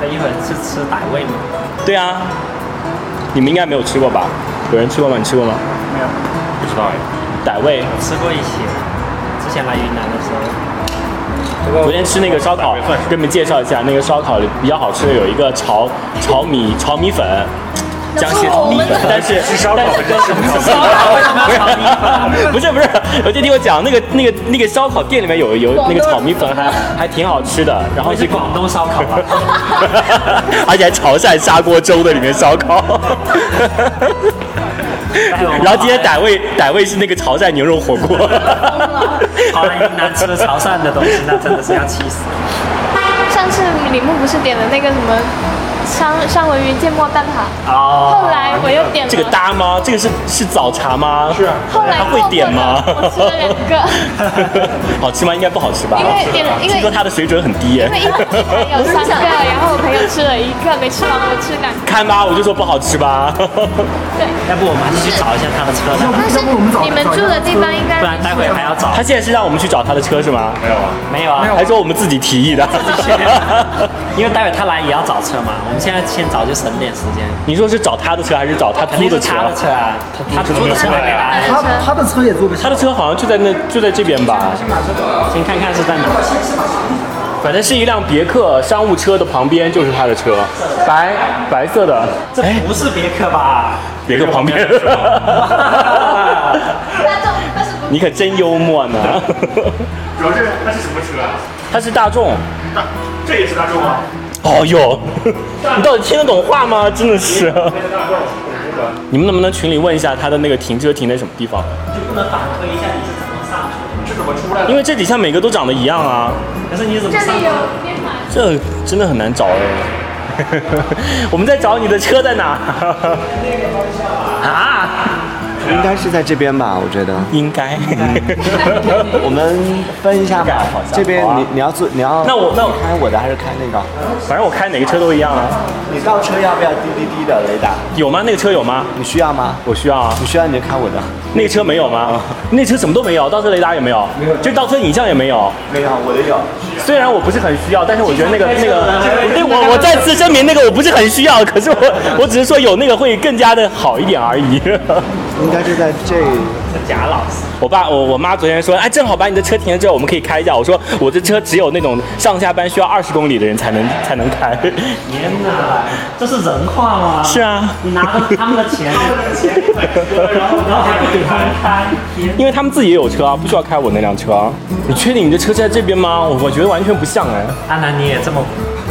那一会儿是吃傣味吗？对啊，你们应该没有吃过吧？有人吃过吗？你吃过吗？没有，不知道哎，傣味，吃过一些。之前来云南的时候，昨天吃那个烧烤傣味算什，么给你们介绍一下，那个烧烤里比较好吃的有一个炒炒米炒米粉，江西炒米粉，但是吃烧烤但是还是吃烧烤？为什么要炒米粉？不是不是，我就听我讲，那个那个那个烧烤店里面有有那个炒米粉还，还挺好吃的。然后我是哦是广东烧烤 吧？而且还潮汕砂锅粥的里面烧烤。哎然后今天傣味傣味是那个潮汕牛肉火锅。跑来哎云南吃潮汕的东西，那真的是要气死。上次李牧不是点了那个什么三三文鱼芥末蛋挞，哦，后来我又点了，这个搭吗？这个是是早茶吗？是啊。后来他我会点吗？我吃了两个， 好吃吗？应该不好吃吧因？为点了因听说为。他的水准很低耶因为。一盘有三个，然后我朋友吃了一个，没吃完，我吃两个。看吧，我就说不好吃吧。要不我们还是去找一下他的车吧，但是你们住的地方应该不然待会 还要找。他现在是让我们去找他的车是吗？没有啊，没有啊，还说我们自己提议的。啊 因为待会他来也要找车嘛，我们现在先找就省点时间。 你说是找他的车还是找他肯租定是的车？他的车啊，他租的车还没来，他他的车也坐不下他。的车好像就在那就在这边吧，先看看是在哪。反正是一辆别克商务车的旁边就是他的车，白白色的，这不是别克吧？别克旁边。那种，但是不 你可真幽默呢，主要是那是什么车啊？ 他是大众。大，这也是大众啊？哦哟， 你到底听得懂话吗？真的是。 你们能不能群里问一下他的那个停车停在什么地方？就不能反推一下你是怎么上去的？这怎么出来的？因为这底下每个都长得一样啊，可是你怎么这上里去有的？编码，这真的很难找 哎。我们在找你的车在哪？啊，应该是在这边吧，我觉得。 应该。我们分一下吧好像，这边好啊你你要坐你要 那我那我开我的还是开那个？反正我开哪个车都一样啊。你倒车要不要滴滴滴的雷达？有吗？那个车有吗？你需要吗？我需要啊。你需要你就开我的。那个车没有吗？那车什么都没有，倒车雷达也没有，没有就倒车影像也没有。没有，我的有。虽然我不是很需要，但是我觉得那个那个这个，对我我再次声明，那个我不是很需要，可是我我只是说有那个会更加的好一点而已。应该是在这。贾老师，我爸我我妈昨天说，哎，正好把你的车停在这儿，我们可以开一下。我说我这车只有那种上下班需要二十公里的人才能才能开。天哪，这是人话吗？是啊你拿着他们的钱，然后然后还不给他们开，天因为他们自己也有车啊，不需要开我那辆车啊。你确定你的车是在这边吗？我我觉得完全不像哎。 阿南你也这么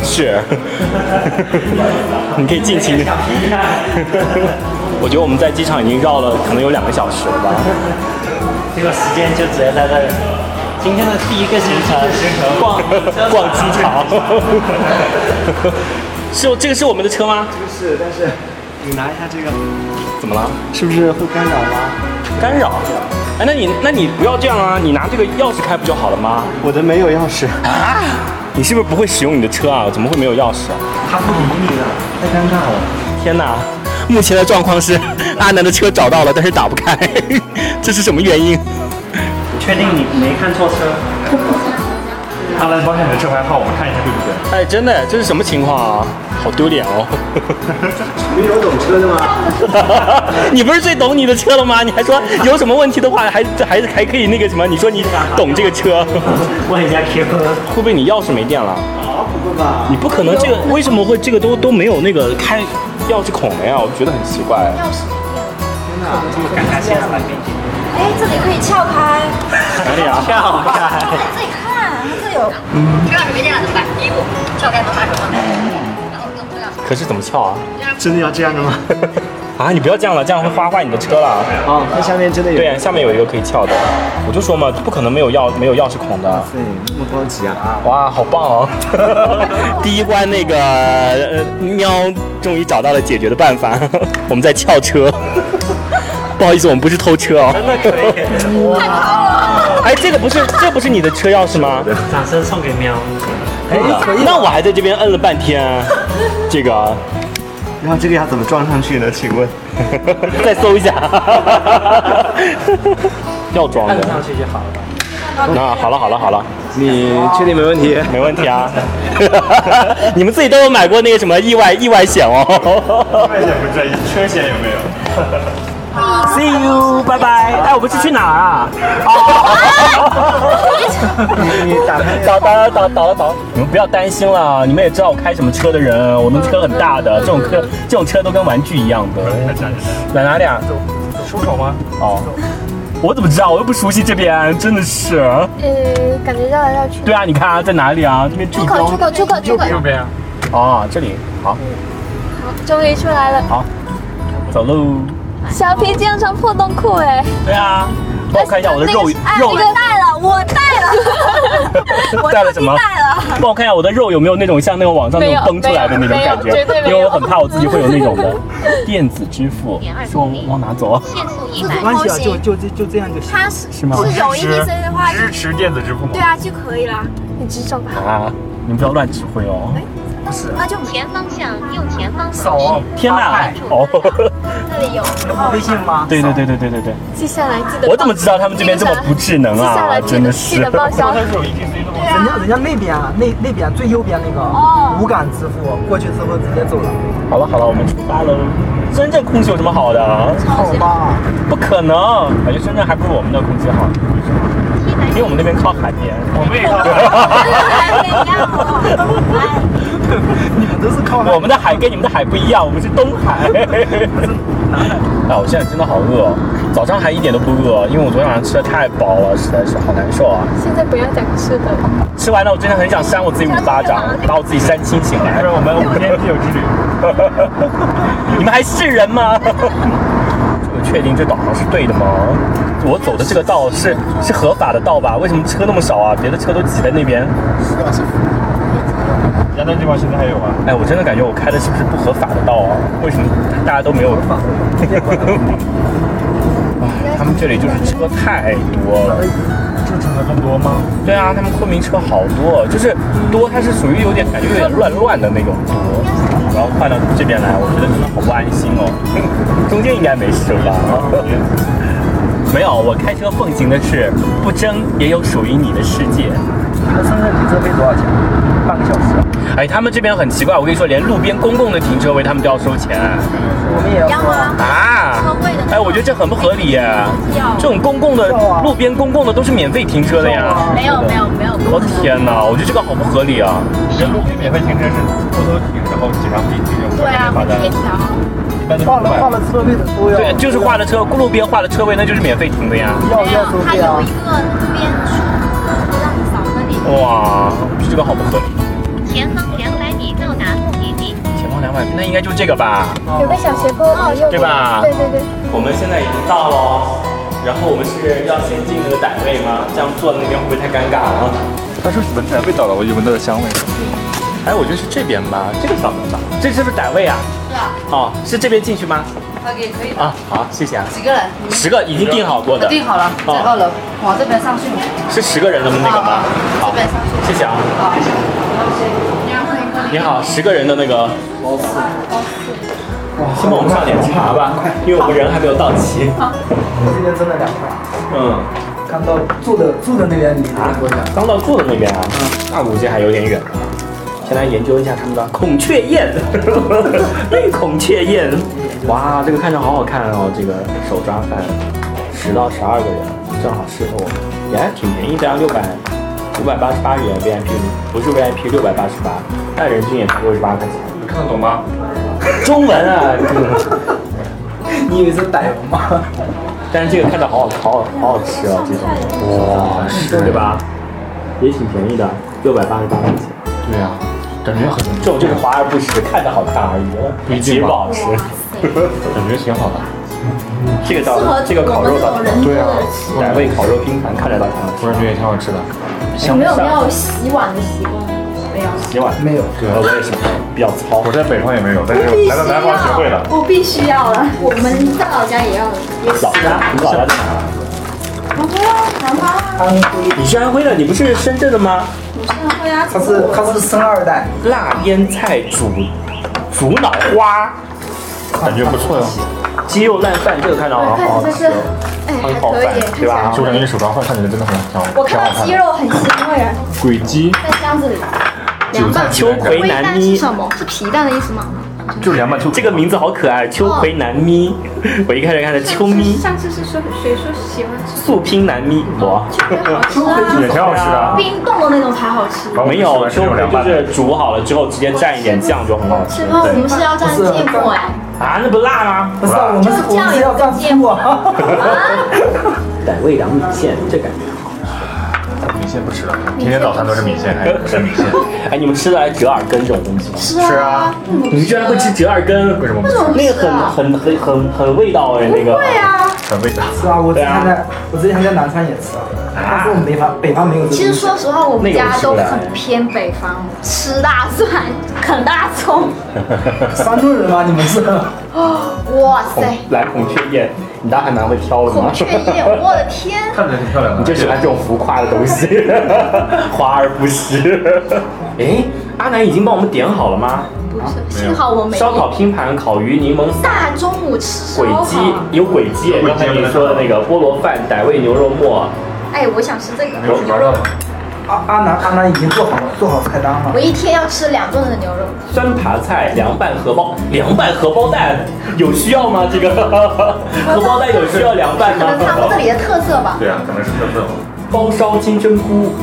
是， 你可以尽情的。我觉得我们在机场已经绕了可能有两个小时了吧。结果时间就直接在这儿。今天的第一个行程，逛逛机场。 是，这个是我们的车吗？是，但是你拿一下这个，怎么了？是不是会干扰吗？干扰？哎，那你那你不要这样啊！你拿这个钥匙开不就好了吗？我的没有钥匙，你是不是不会使用你的车啊？怎么会没有钥匙啊？他不理你了。太尴尬了。天哪！目前的状况是阿南的车找到了，但是打不开， 这是什么原因？确定你没看错车？阿兰保险的车牌号，我们看一下对不对？哎，真的，这是什么情况啊？好丢脸哦！你有懂车的吗？ 你不是最懂你的车了吗？你还说有什么问题的话，还还还可以那个什么？你说你懂这个车，问一下 QQ，会不会你钥匙没电了？不会吧？你不可能这个为什么会这个都都没有那个开钥匙孔的呀？我觉得很奇怪。钥匙没有。这么赶他下来给你哎，这里可以撬开，哪里 啊？跳开。自己看，它这有。这钥匙没电了怎么办？第一步，撬开门把手放开，然后用多钥匙。可是怎么撬啊？真的要这样的吗？啊，你不要这样了，这样会划坏你的车了。啊哦，它下面真的有。对，啊下面有一个可以撬的。我就说嘛，不可能没有钥没有钥匙孔的。对，那么高级啊！哇，好棒 哦！第一关那个呃喵终于找到了解决的办法， 我们在撬 车。不好意思，我们不是偷车哦。真的可以。哇！哎，这个不是这不是你的车钥匙吗？掌声送给喵。哎，可以。那我还在这边摁了半天，啊这个 然后这个要怎么装上去呢？请问？再搜一下， 要装按的。上去就好了。啊那好了好了好了，你确定没问题？没问题啊。 你们自己都有买过那个什么意外意外险哦。外险不在意，车险有没有？ See you，拜拜。哎，我们是去哪儿啊？你你打开倒倒倒倒倒！你们不要担心啦，你们也知道我开什么车的人，我们车很大的，这种车这种车都跟玩具一样的。哪哪里啊？出口吗？哦，我怎么知道？我又不熟悉这边，真的是。呃，感觉绕来绕去。对啊，你看啊，在哪里啊？这边地出哦口，出标。口，出口，出口，右边啊。哦，这里。好，终于出来了。走喽。小皮竟然穿破洞裤哎！对啊，帮我看一下我的那个肉哎肉那个带了，我带 了，我带了什么特地带了。帮我看一下我的肉有没有那种像那个网上那种崩出来的那种感没有没有绝对觉，没因有为我很怕我自己会有那种的。电子支付，说往哪走啊？限速一百。关系啊，就就这就这样就行。它是是吗？是有 EDC 的话，支持电子支付吗？对啊就可以了。你举手吧。啊，你们不要乱指挥哦。那就前方向右前方扫行哦，天哪！哦，这里有。微信吗？对对对对对对对，接下来记得。我怎么知道他们这边这么不智能接下啊？来记真得的记是得。报销。是有 ETC 的吗？人家人家那边啊，那那边最右边那哦个无感支付，过去之后直接走了，好了好了，我们出发喽。深圳空气有什么好的？好吧？不可能，感觉深圳还不如我们的空气好，因为我们那边靠海边。我们也看还没一样哦你们都是靠海 我们的海跟你们的海不一样，我们是东 海。哎，我现在真的好饿，早上还一点都不饿，哦因为我昨天晚上吃的太饱了，实在是好难受啊！现在不要讲吃的。吃完了，我真的很想扇我自己五巴掌，把我自己扇清醒来不。是我们我们今天必有之 旅。你们还是人吗？我确定这导航是对的吗？我走的这个道是是合法的道吧？为什么车那么少啊？别的车都挤在那边。啊盐灯这帮现在还有啊吗？哎，我真的感觉我开的是不是不合法的道啊？为什么大家都没有？ 哎，他们这里就是车太多了。住城的更多吗？对啊，他们昆明车好多，就是多，它是属于有点感觉有点乱乱的那种多。然后换到这边来，我觉得真的好不安心哦。 中间应该没事吧？ 没有，我开车奉行的是不争也有属于你的世界。那深圳停车费多少钱？半个小时。哎，他们这边很奇怪，我跟你说，连路边公共的停车位他们都要收钱我们也要要说吗？啊！车位的那种哎，我觉得这很不合理耶。要这种公共的要啊路边公共的都是免费停车的呀。没有没有没有。我天哪，我觉得这个好不合理啊！你这路边免费停车是偷偷停，然后几张地停就对啊，罚单，贴条。一般都报不了卖报。了车费的都要对，就是画的车，路边画的车位，那就是免费停的呀。要没有要收，它费啊有一。个边数，让你扫那里。哇，这个好不合理。前方两百米到达目的地。前方两百米，那应该就这个吧？有个小斜坡哦，右边对吧对对对。我们现在已经到了，然后我们是要先进那个傣位吗？这样坐那边会不会太尴尬了？他说闻起来味道了，我就闻到了香味。哎，我觉得是这边吧，这个小门吧，这是不是傣位啊？是啊，哦，是这边进去吗？可以可以，啊，好，谢谢啊。几个人？十个已经定好过的，定好了，在哦二楼，往这边上去。是十个人的那个吗？这边上去。谢谢啊。好，你好，十个人的那个。先帮我们上点茶吧，因为我们人还没有到齐。我这边真的凉快。嗯。看到住的住的那边离得多远？刚到住的那边啊，嗯那我估计还有点远。先来研究一下他们的孔雀宴， 那孔雀宴，哇，这个看着好好看哦，这个手抓饭，十到十二个人，正好适合我们，也还挺便宜的啊，六百五百八十八元 VIP，不是 VIP 六百八十八，那人均也才六十八块钱。你看得懂吗？中文啊，你以为是傣文吗？但是这个看着好好好好好好吃啊，这种，哇，是对吧？也挺便宜的，六百八十八块钱。对呀、感觉很这种就是华而不实，看着好看而已，其实不好吃。感觉挺好的。这个倒，这个烤肉倒，对啊，奶味烤肉拼盘看着倒挺好吃。我感觉也挺好吃的。有没有没有洗碗的习惯？没有。洗碗没有。对，我也是比较糙我。在北方也没有，但是来啊到南方学会了。我必须要了，我们在老家也要。老家，你老家在哪儿？南方啊，南方啊，安徽，你是安徽的，你不是深圳的吗？南会啊。他是他是生二代。辣腌菜煮煮脑花，感觉不错哟，鸡肉烂饭这个看到了，好好看起吃来哦是，哎，还好可以饭，对吧？就感觉手抓饭看起来真的很香，我挺好看到看鸡的。肉很腥味啊，鬼鸡在箱子里。韭凉菜拌鸡蛋回龟南蛋咪是什么？是皮蛋的意思吗？就是凉拌秋这葵个名字好可爱，秋葵南咪。 我一开始看的秋咪，上次是说谁说喜欢吃素拼南咪，我秋葵好吃也挺好吃的，冰冻的那种才好吃。反正哦我没喜欢有吃这秋种凉葵就拌的。是煮好了之后直接蘸一点酱就很好吃。吃饭我们是要蘸芥末哎，啊，那不辣吗？不是啊，我们是我们是要蘸醋啊。傣味凉米线，这感觉米线不吃了，天天早餐都是米线，还不吃米 线，哎，你们吃得来折耳根这种东西吗？吃啊，你们居然会吃折耳根？为什么不为吃什？么不那吃个很啊？很很很很味道哎，那个。对啊，很味道。是啊，我之前对在我之前在南昌也吃啊，但是我们北方北方没有这个东西。其实说实话，我们家都那个我吃不来很偏北方， 吃大蒜，啃大葱，山东人吗？你们是？哇塞，来孔雀宴，你当还蛮会挑的嘛。孔雀宴，哎我的天！看着挺漂亮的，你就喜欢这种浮夸的东 西，华而不实。哎，阿南已经帮我们点好了吗？不是，幸好我没烧烤拼盘、烤鱼、柠檬散、大中午吃烧鬼鸡烤。啊有鬼鸡，鬼鸡刚才你说的那个菠萝饭、傣味牛肉末，哎，我想吃这个没有手抓饭吗？阿阿南阿南已经做好了做好菜单了我。一天要吃两顿的牛肉，酸扒菜、凉拌荷包、凉拌荷包蛋，有需要吗？ 这个荷包蛋有需要凉拌可吗能？他们这里的特色吧。对啊，可能是特色吧。包烧金针菇、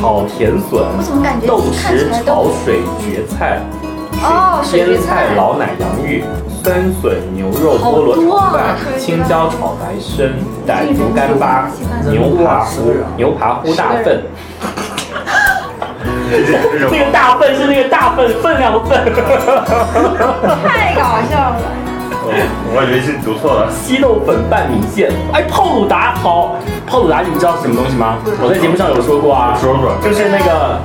炒甜笋我怎么感、觉豆看起豉来都炒水蕨菜、哦水腌蕨菜菜老奶洋芋、酸笋牛肉菠萝炒饭、青椒炒白参、傣牛干巴、牛扒糊、牛扒糊大粪。啊那个大粪是那个大粪分量的 粪，太搞笑了！我以为是读错了。西豆粉拌米线，哎，泡鲁达好，泡鲁达你们知道是什么东西吗？我在节目上有说过啊，说说，就是那个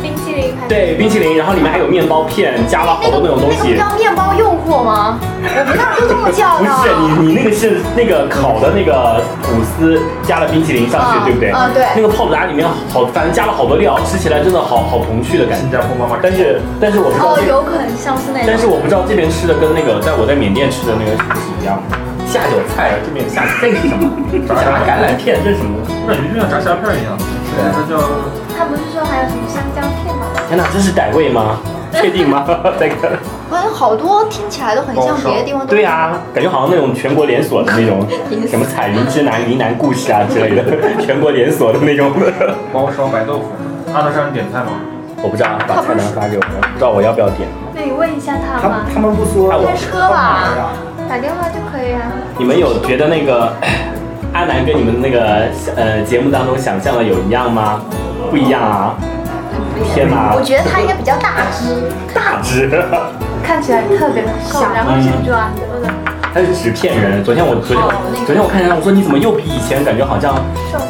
冰淇淋还对，冰淇淋，然后里面还有面包片，加了好那多个那种东那个西。叫面包诱惑吗？我不知道就这么叫不的。啊是你，你那个是那个烤的那个吐司，加了冰淇淋上去，嗯对不啊对？嗯对那个泡芙达里面好，反正加了好多料，吃起来真的好好童趣的感新觉。加坡妈妈，但是，但是我不知道哦，这，有可能像是那但种。是我不知道这边吃的跟那个在我在缅甸吃的那个是不是一样的。下酒菜啊，这边有下酒这是什 么？炸炸虾橄榄片，这是什么？我感觉就像炸虾片一样。那叫他不是说还有什么香蕉片吗？天哪，这是傣味吗？ 确定吗？ 再看，反正好多听起来都很像别的地方。对呀、感觉好像那种全国连锁的那 种什么彩云之南、云南故事啊之类的，全国连锁的那种。 包烧白豆腐。阿德山点菜吗？我不知道，把菜单发给我，我不知道我要不要点。那你问一下他他吧。他们不说。开车吧打电话就可以啊。你们有觉得那个 阿南跟你们那个呃节目当中想象的有一样吗？不一样啊！天哪哦我，觉得他应该比较大只，大只，看起来特别的小，小，然后是软的。他是纸片人。昨天我昨天哦我、昨天我看见他，我说你怎么又比以前感觉好像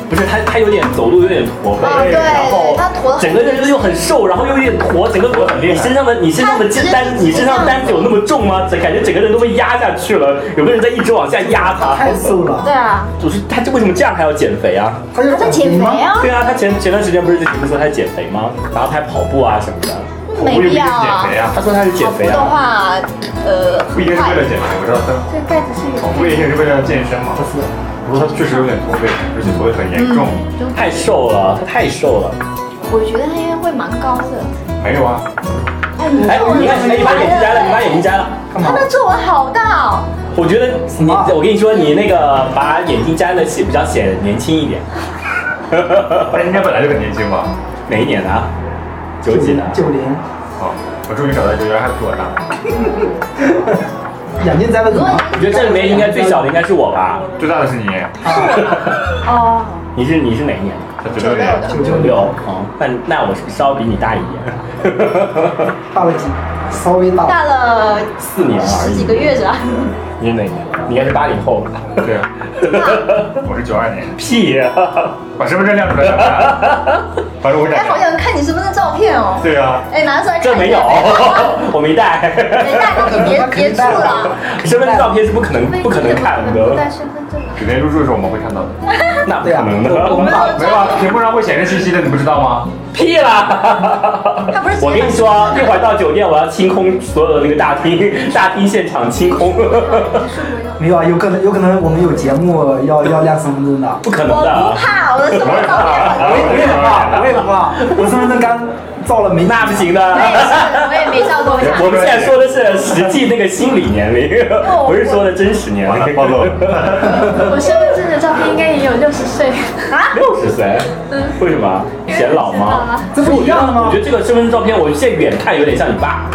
不是他他有点走路有点驼背，啊对然后他驼得很整个人就是又很瘦，然后又有点驼，整个驼很厉害。你身上的你身上的他直肩接担就是你身上这样担子有那么重吗？整感觉整个人都被压下去了，有个人在一直往下压他。太瘦了，对啊，就是他这为什么这样还要减肥啊？他就他在减肥吗？啊，对啊，他前前段时间不是在节目说他减肥吗？然后他还跑步啊什么的。没必要啊减。肥啊，他说他是减跑步肥的啊，话，呃，不一定是为了减肥，我知道他这盖子是有跑步也一定是为了健身嘛。不过他确实有点驼背，而且驼背很严重。太瘦了，他太瘦了。我觉得他应该会蛮高的。没有啊，哎，你哎，皱纹你也看，哎，你把眼睛摘了，你把眼睛摘了。他的皱纹好大哦。我觉得你，我跟你说，你那个把眼睛摘了显比较显年轻一点。 他应该本来就很年轻吧？哪一年的啊？九几的啊？九零，啊，我终于找到一个原来还比我大，眼睛摘了怎么？我觉得这里面应该最小的应该是我吧？最大的是你， 哦，你是你是哪一年的？他九六年。九九九六六，。哦，那那我是稍微比你大一点， 大了几，稍微大了。大了四年而十几已个。月是吧？你是哪年？你应该是八零后。 对啊啊，我是九二年， 屁、 把身份证亮出来干嘛呀？反正我感哎，好觉。想看你身份证照片哦。对啊，哎，拿出来看。这 没有，我没带。没带， 那你别别住了。身份证照片是不可能不可能看不带的，身份证了。酒店入住的时候我们会看到的。那不对可啊，能的。我我们把没有啊，屏幕上会显示信息的，你不知道吗？ 屁啦！ 他不是直接我跟你说，一会儿到酒店我要清空所有的那个大厅， 大厅现场清空， 没有啊，有可能有可能我们有节目要要亮身份证的，不可能我的不。怕，我的身份证照片很我也我也很怕，我也很怕，我身份证刚照了没？那不行的。我也没照过相。我们现在说的是实际那个心理年龄，不是说的真实年龄。暴露了。我身份证的照片应该也有六十岁，六十岁？为什么？显老吗？这不一样的我吗觉？得这个身份证照片，我现在远看有点像你爸。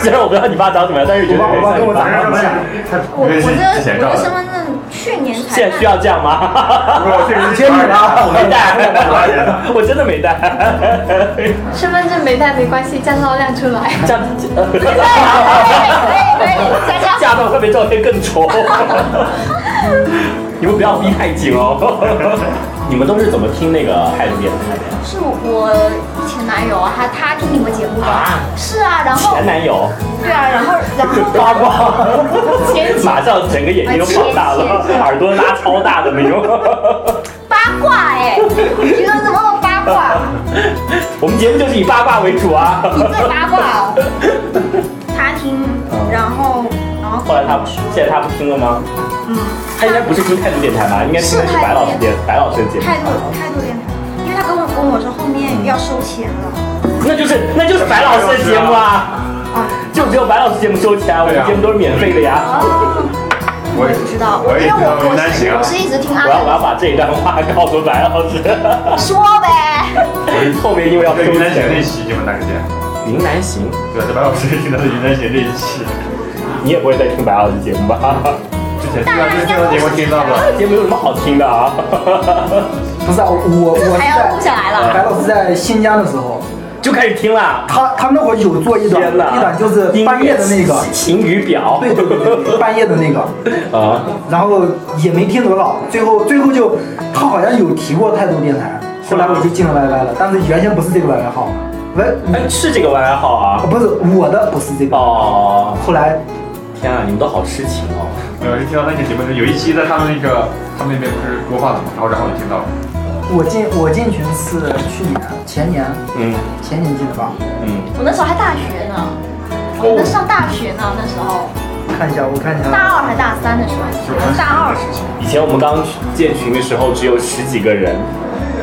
虽然我不知道你爸长什么样，但是觉我得爸有点我爸像跟你爸我长。得不像，我我因为的是之前我照的身的。份证去年才现在需要这样吗？我确实是接你了我没 带，我真的没带。身份证没带没关系，驾照亮出来。这样，可以可以，大家驾照上面照片更丑。你们不要逼太紧哦。你们都是怎么听那个汉电台的？是我以前男友啊，他他听你们节目的啊，是啊，然后前男友，对啊，然后然后八卦，马上整个眼睛都放大了，耳朵拉超大的那种。八卦哎，你们怎么那么八卦？我们节目就是以八卦为主啊。你最八卦哦，他听，然后然后 后来他现在他不听了吗？嗯，他应该不是听态度电台吧？应该听的是白老师电白老师的节目。态度态度有点好，因为他跟我跟我说后面要收钱了，那就是那就是白老师的节目啊，啊，就只有白老师节目收钱啊，我对啊们节目都是免费的呀。我也不知道，我因也为知道我没担我心是啊我。是一直听阿我要我要的，把这一段话告诉白老师，说呗，后面因为要收对云南行那一钱。期你们哪个见？云南行，对，在白老师听到的云南行这一期，你也不会再听白老师节目吧？ 之前听到之前的节目听到他了。的节目有什么好听的啊？ 不是啊，我我这还要录是下在来了。白老师在新疆的时候，就开始听了，他他那会儿有做一档天一哪！档就是半夜的那个，晴雨表， 对对对对，半夜的那个。啊，然后也没听多少，最后最后就他好像有提过态度电台，后来我就进了 YY 了，但是原先不是这个 YY 号，喂，哎，是这个 YY 号啊啊？不是我的不是这个，哦，后来天啊，你们都好痴情哦。没有，是听到那期节目是有一期在他们那个他们那边不是播放的嘛，然后然后就听到了。我进我进群是去年前年嗯前年进的吧，嗯，我那时候还大学呢，我哦那上大学呢，那时候看一下我看一下，大二还大三的时候，大二时期。以前我们刚建群的时候只有十几个人，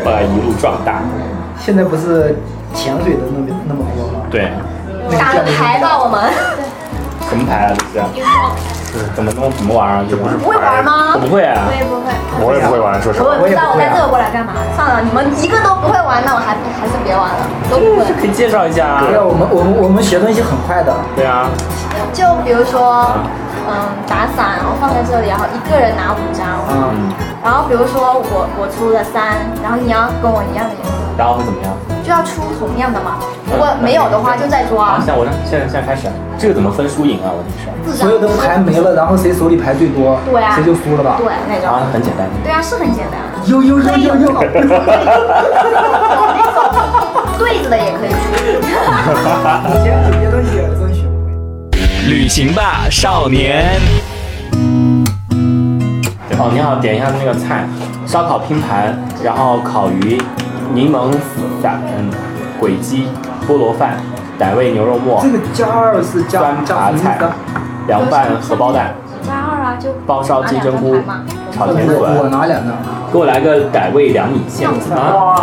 后来一路壮大。现在不是潜水的那么那么多吗？对，那个打叫了牌吧，我们什么牌啊？这是？怎么弄？怎么玩啊？这不是不会玩吗我？不会啊我。也不会。我也不会玩，说实我也不知道我带这个过来干嘛。算了，你们一个都不会玩，那我还还是别玩了，都不会。可以介绍一下啊没有，我们我们我们学东西很快的，对啊，就比如说，嗯，打伞，然后放在这里，然后一个人拿五张，啊、嗯，然后比如说我我出了三，然后你要跟我一样的颜色，然后会怎么样？就要出同样的嘛。嗯如果没有的话，就再抓啊好，。像我这啊现在现在开始，这个怎么分输赢啊？我这是不知道所有的牌没了，然后谁手里牌最多，对啊谁就输了吧？对那种，啊，很简单。对啊，是很简单。呦呦呦呦呦，对着的也可以出。以前有些东西真学不会。旅行吧，少年。哦，你好，点一下那个菜，烧烤拼盘，然后烤鱼、柠檬散、嗯，鬼鸡、菠萝饭、傣味牛肉末这、个加二是加酸加扒什么菜意思啊？、凉拌荷包蛋、加二啊，就啊包烧鸡胗菇、炒甜我我笋，拿两张，给我来个傣味凉米线啊！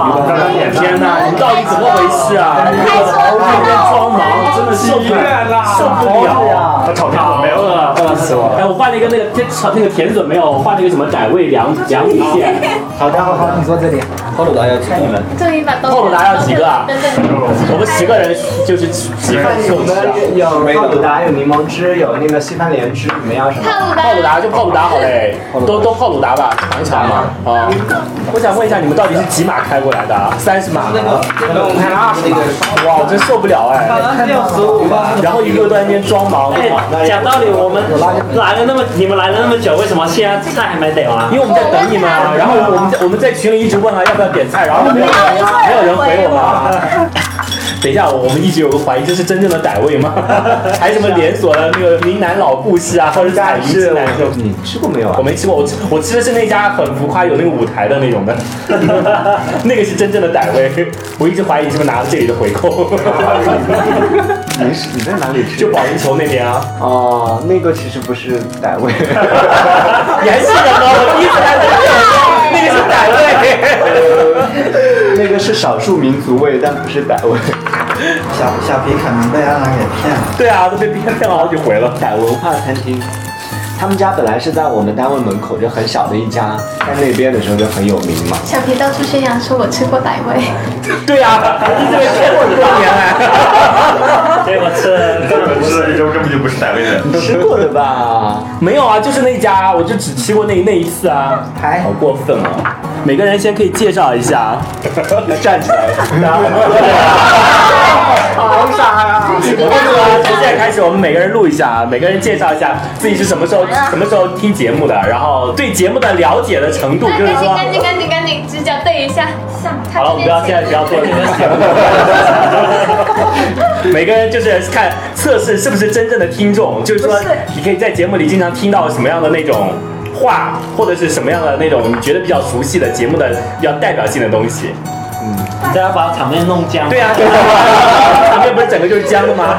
天哪，你们到底怎么回事啊？开车开到装忙真的是受不了，受不了啊！他炒天好没有了，饿死我！哎，我换了一个那个甜那个甜笋没有，我换了一个什么傣味凉凉米线。好的好好，你坐这里。后头达要请你们，这里把后豆头达要几个啊？等等， 我们十个人就是几份寿司啊？有泡鲁达，有柠檬汁，有那个西番莲汁，你们要什么？看泡不到鲁达就泡鲁达好嘞，都都泡鲁达吧，尝一尝嘛。啊，我想问一下，你们到底是几码开过来的啊？三十码吗？那个，那个我们看二十那个。哇，我真受不了哎！看到了十五吧。然后一个在那边装忙，哎，讲道理，我们来了那么，你们来了那么久，为什么现在菜还没点完因？为我们在等你们啊，然后我们在我们在群里一直问他啊要不要点菜，然后没有人没有人回我们啊。等一下，我们一直有个怀疑，这是真正的傣味吗？还什么连锁的那个闽南老故事啊，或者是傣云之南这种？你吃过没有我啊？没吃过，我吃我吃的是那家很浮夸，有那个舞台的那 种的，那个是真正的傣味。我一直怀疑是不是拿了这里的回 扣，你是你在哪里吃？就保龄球那边啊。哦，那个其实不是傣味，你还记得吗？我第一次来的时候，那个是傣味。 那个是少数民族味，但不是傣味。小小皮可能被阿兰给骗了。对啊，都被骗骗了好几回了。傣文化餐厅，他们家本来是在我们单位门口，就很小的一家，在那边的时候就很有名 嘛。小皮到处宣扬说我吃过傣味，对啊，一直被骗了很多年来。结果吃了根本不吃是嗯了一周，根本就不是傣味的。你都吃过的吧？没有啊，就是那家，我就只吃过那那一次啊。还好过分啊！每个人先可以介绍一下。站起来。好傻呀！我跟你说，从现在开始，我们每个人录一下，每个人介绍一下自己是什么时候什么时候听节目的，然后对节目的了解的程度，就是说。哎赶紧赶紧赶紧赶紧，指甲对一下。好了，我们不要现在不要做这 个。每个人就是看测试是不是真正的听众，就是说你可以在节目里经常听到什么样的那种话，或者是什么样的那种你觉得比较熟悉的节目的比较代表性的东西。你这要把场面弄僵。对呀、啊，旁边不是整个就是僵的吗？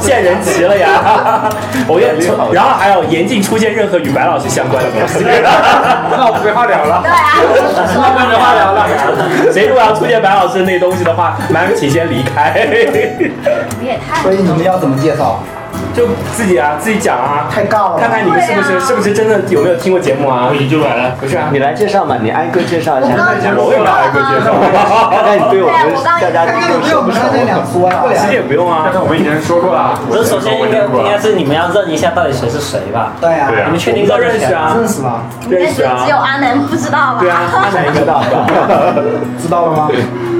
见人齐了 呀！我要从，然后还有严禁出现任何与白老师相关的东西。那我没话聊了，那不然话聊了。 谁如果要出现白老师那东西的话，麻烦请先离开。你也太所以你们要怎么介绍？就自己啊，自己讲啊，太尬了吧，看看你们是不啊是、是不是真的有没有听过节目啊？你就来了。不是啊，你来介绍嘛，你挨个介绍一下。我也没挨个介绍，看看你对我们大家看看有都没是有我不们是刚才两说呀？其实也不用啊刚。才我们已经说过了，我首先应该应该是你们要认一下到底谁是谁吧？对呀、对你呀们确定都认识？啊，认识了，认识只有啊，阿南不知道吧？对啊，他哪一个知道的？ 知道了吗？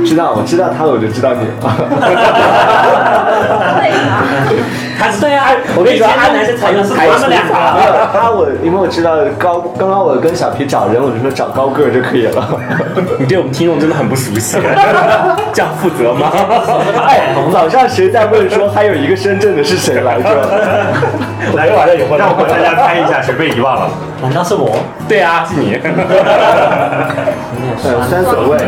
知道，我知道他，我就知道你 了。啊 他是对啊，我跟你说，阿南是采用是他们两没个。有他我，因为我知道高，刚刚我跟小皮找人，我就说找高个儿就可以了。 你对我们听众真的很不熟 悉，这样负责吗？哎，早上谁在问说还有一个深圳的是谁来着？ 来个晚上有让我们大家猜一下谁被遗忘了。难道是我？对啊，是你。呃，三所谓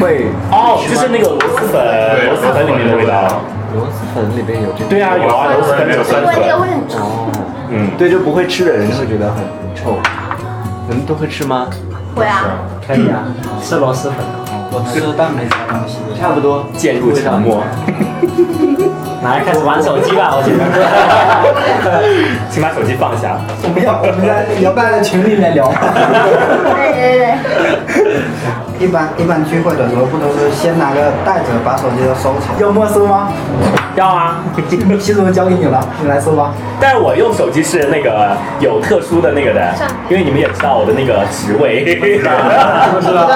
会 哦，就是那个螺蛳粉，螺蛳粉里面的味道。螺蛳粉里边有这个。对啊，有啊，螺蛳粉里面有酸那个笋。味很重，嗯，对，就不会吃的人就会觉得很臭。你们都会吃吗？会啊。可以啊，是螺蛳粉。我吃但没啥东西。差不多。渐入沉默。来，开始玩手机吧，我觉得。 请把手机放下。我们要我们在要不然在群里面聊。对对对。一般一般聚会的时候，不都是先拿个袋子把手机都收起来？要没收吗？要啊，习总交给你了，你来收吧。但是我用手机是那个有特殊的那个的，因为你们也知道我的那个职位， 知道，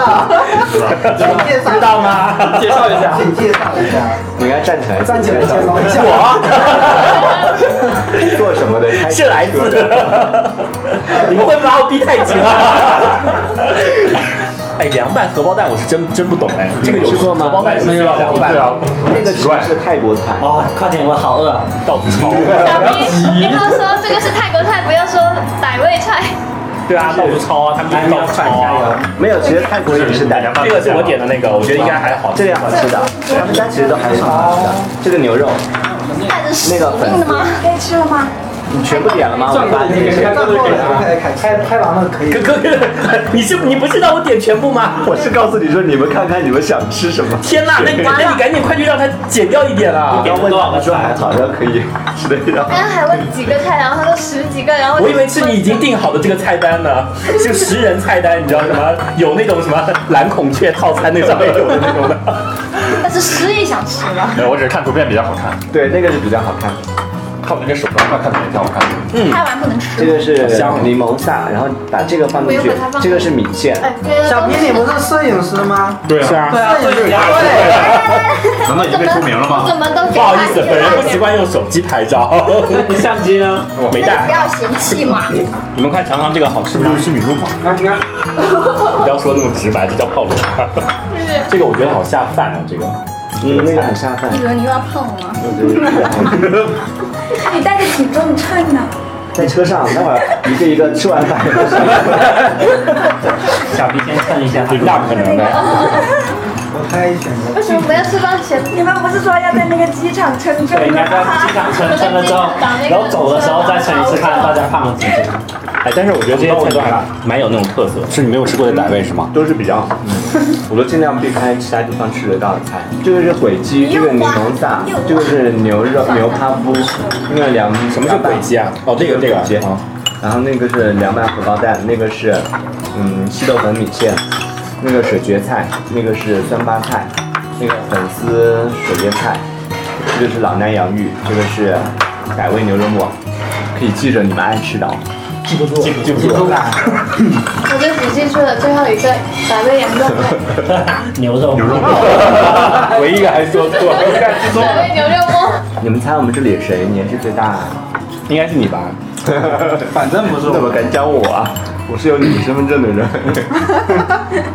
知道吗？介绍一下，请介绍一下，你应该站起来，站起来介绍一下。我做什么的？开是来自车你们会把我逼太紧啊 了。哎，凉拌荷包蛋我是真真不懂哎，这个有吃过吗荷包蛋是需要凉拌对的，啊，那个其实是泰国菜。哦，快点，我好饿啊！到处炒，小皮，你要说这个是泰国菜，不要说傣味菜。对啊，到处抄啊，他们就是到处抄啊。没有，其实泰国也是大傣哎家。这个是我点的那个，我觉得应该还好。这个也好吃的，他们家其实都还挺好吃的。这个牛肉，那个粉丝，该吃了吗？你全部点了吗？我把那个看过了，开开开开完了可以哥。哥，你是你不是让我点全部吗？我是告诉你说，你们看看你们想吃什么。天呐，那你那你赶紧快去让他减掉一点啊啦！然后问他们说还好，然后可以吃的一样。 刚刚还问几个菜，然后他说十几个，然后我以为是你已经定好的这个菜单呢，就十人菜单，你知道什么？有那种什么蓝孔雀套餐那上面有的那种的。但是诗也想吃了。没有，我只是看图片比较好看。对，那个是比较好看的。看我这个手上，看看怎么样，我看。拍完不能吃。这个是柠檬萨，然后把这个放进去我以为把它放，这个是米线。哎，这个小平，你不是摄影师吗？对啊是啊摄影师对啊对。难道已经被出名了吗怎么都给不好意他思，去本人了不习惯用手机拍照。 你相机呢？我没那你不带。要嫌弃 嘛。你们快尝尝这个好吃吗？是米露吗？啊，你看，不要说那么直白，这叫泡芙。这个我觉得好下饭啊，这个。嗯，那个很下饭一轮你又要碰我吗？ 哎你带着体重秤呢？在车上，待会儿一个一个吃完饭。小皮先看一下，对，大部分人呗。我猜一选择。为什么不要吃饭前？你们不是说要在那个机场称重对，应吗该？在机场称称了之后，然后走的时候再称一次，看大家胖了几 斤。哎，但是我觉得这些菜都还蛮有那种特色，啊是你没有吃过的傣味是吗？嗯都是比较，我都尽量避开其他地方吃得到的菜。这个是毁鸡，这个柠檬萨，这个是牛肉牛趴布，那个凉什么是毁鸡啊？哦这个这个哦然后那个是凉拌荷包蛋，那个是嗯西豆粉米线，那个水蕨菜，那个是酸八菜，那个粉丝水蕨菜，这个是老南洋芋，这个是改味牛肉末，可以记着你们爱吃的哦。记不住，记不住，啊我就只记住了最后一个百味羊肉面，牛肉牛肉 唯一一个还说错。百味牛肉面。 你们猜我们这里谁年纪最大、啊？应该是你吧？ 反正不是我。怎么敢讲我啊？我是有你身份证的 人。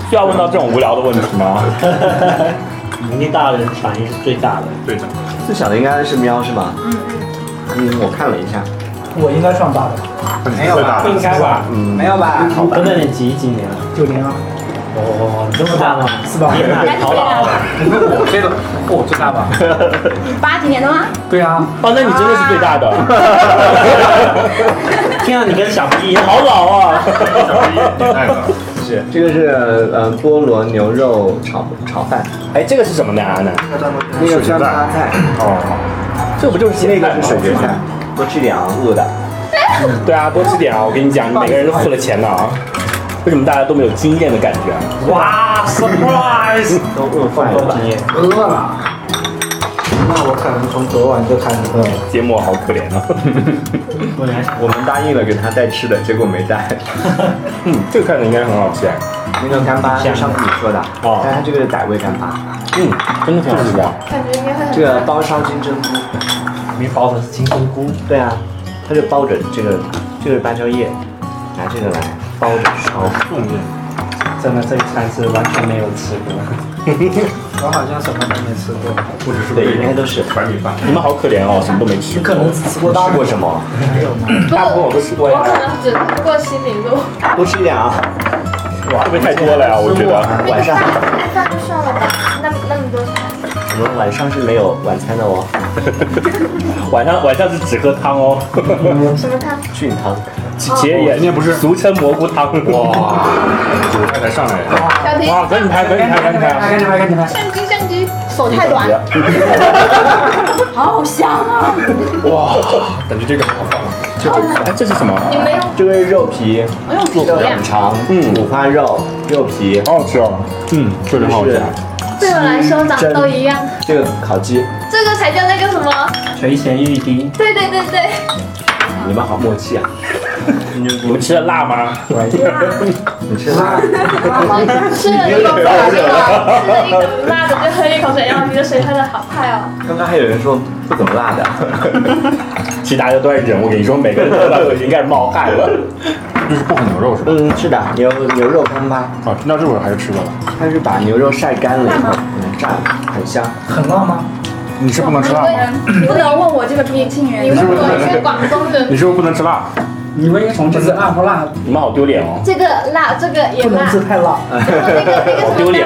需要问到这种无聊的问题吗？ 年纪大的人反应是最大的。对的。最小的应该是喵是吗？嗯嗯。我看了一下，我应该算大的吧？没有吧应该吧？嗯，没有吧？好吧。那你几几年？九零啊，哦，你这么大吗？是吧？天哪，你好老啊！你问我这个，我最大吧？你八几年的吗？对啊，哦，那你真的是最 大的。天啊，你跟小皮一样， 好老啊！是这个是呃菠萝牛肉炒炒饭， 哎，这个是什么呢？阿南，那个酸八菜，哦，这不就是那个是水蕨菜？多吃点啊，饿的。对啊，多吃点啊！我跟你讲，你每个人都付了钱的啊。为什么大家都没有经验的感觉啊？哇，surprise！都饿坏多了。经验，饿了。那我可能从昨晚就开始饿了。 节目好可怜啊！果然我们答应了给他带吃的，结果没带。嗯，这个看着应该很好吃哎。 那个干 巴是上次你说的，哦但它这个是傣味干巴，嗯，真的挺好吃的。啊感觉应该会很这个包烧金针菇。没包的是金针菇，对啊，它就包着这个，这个是芭蕉叶，拿这个来包着烧。真的这一餐是完全没有吃过。我好像什么都没吃过。不只是对，应该都是。白米饭。你们好可怜哦，什么都没吃。可能只吃过大吃过什么？大部分我都吃过我呀，可能只吃过西米露，多吃一点啊！哇，会不会太多了呀？我觉得。 晚上那饭就算了吧，那那么多菜。我们晚上是没有晚餐的 哦，晚上晚上是只喝汤哦，什么汤？菌汤。其其实也今天不是俗称蘑菇汤哇，韭菜才上来呀。小婷，哇，赶紧拍，赶紧拍，赶紧拍啊！赶紧拍，赶紧拍！相机相机，手太短。好香啊！哇，感觉这个很好放。这个哎，这是什么？你没有这个是肉皮，没有煮肉呀？很长，嗯五花肉，肉皮，好好吃哦，嗯，确实好吃。嗯对我来说长都一样，这个烤鸡，这个才叫那个什么？垂涎欲滴，对对对对， 你们好默契啊！你们吃的辣吗？你吃辣，吃了一口辣的，吃了一口辣的就喝一口水，然后你的水喝的好快 哦。 刚刚还有人说不怎么辣的， 其实大家都在忍，我跟你说，每个人都在已经开始冒汗 了。这是不可牛肉是吧？嗯，是的，牛牛肉干巴，啊，听到这会儿还是吃的了。它是把牛肉晒干了以后，嗯，炸了，很香。很辣吗？你是不能吃辣吗？你不能问我这个重庆你人。问我是广东人，你是不是不能吃辣？你们从这是辣不辣？你们好丢脸哦！这个辣，这个也不能辣，吃太辣。然后那个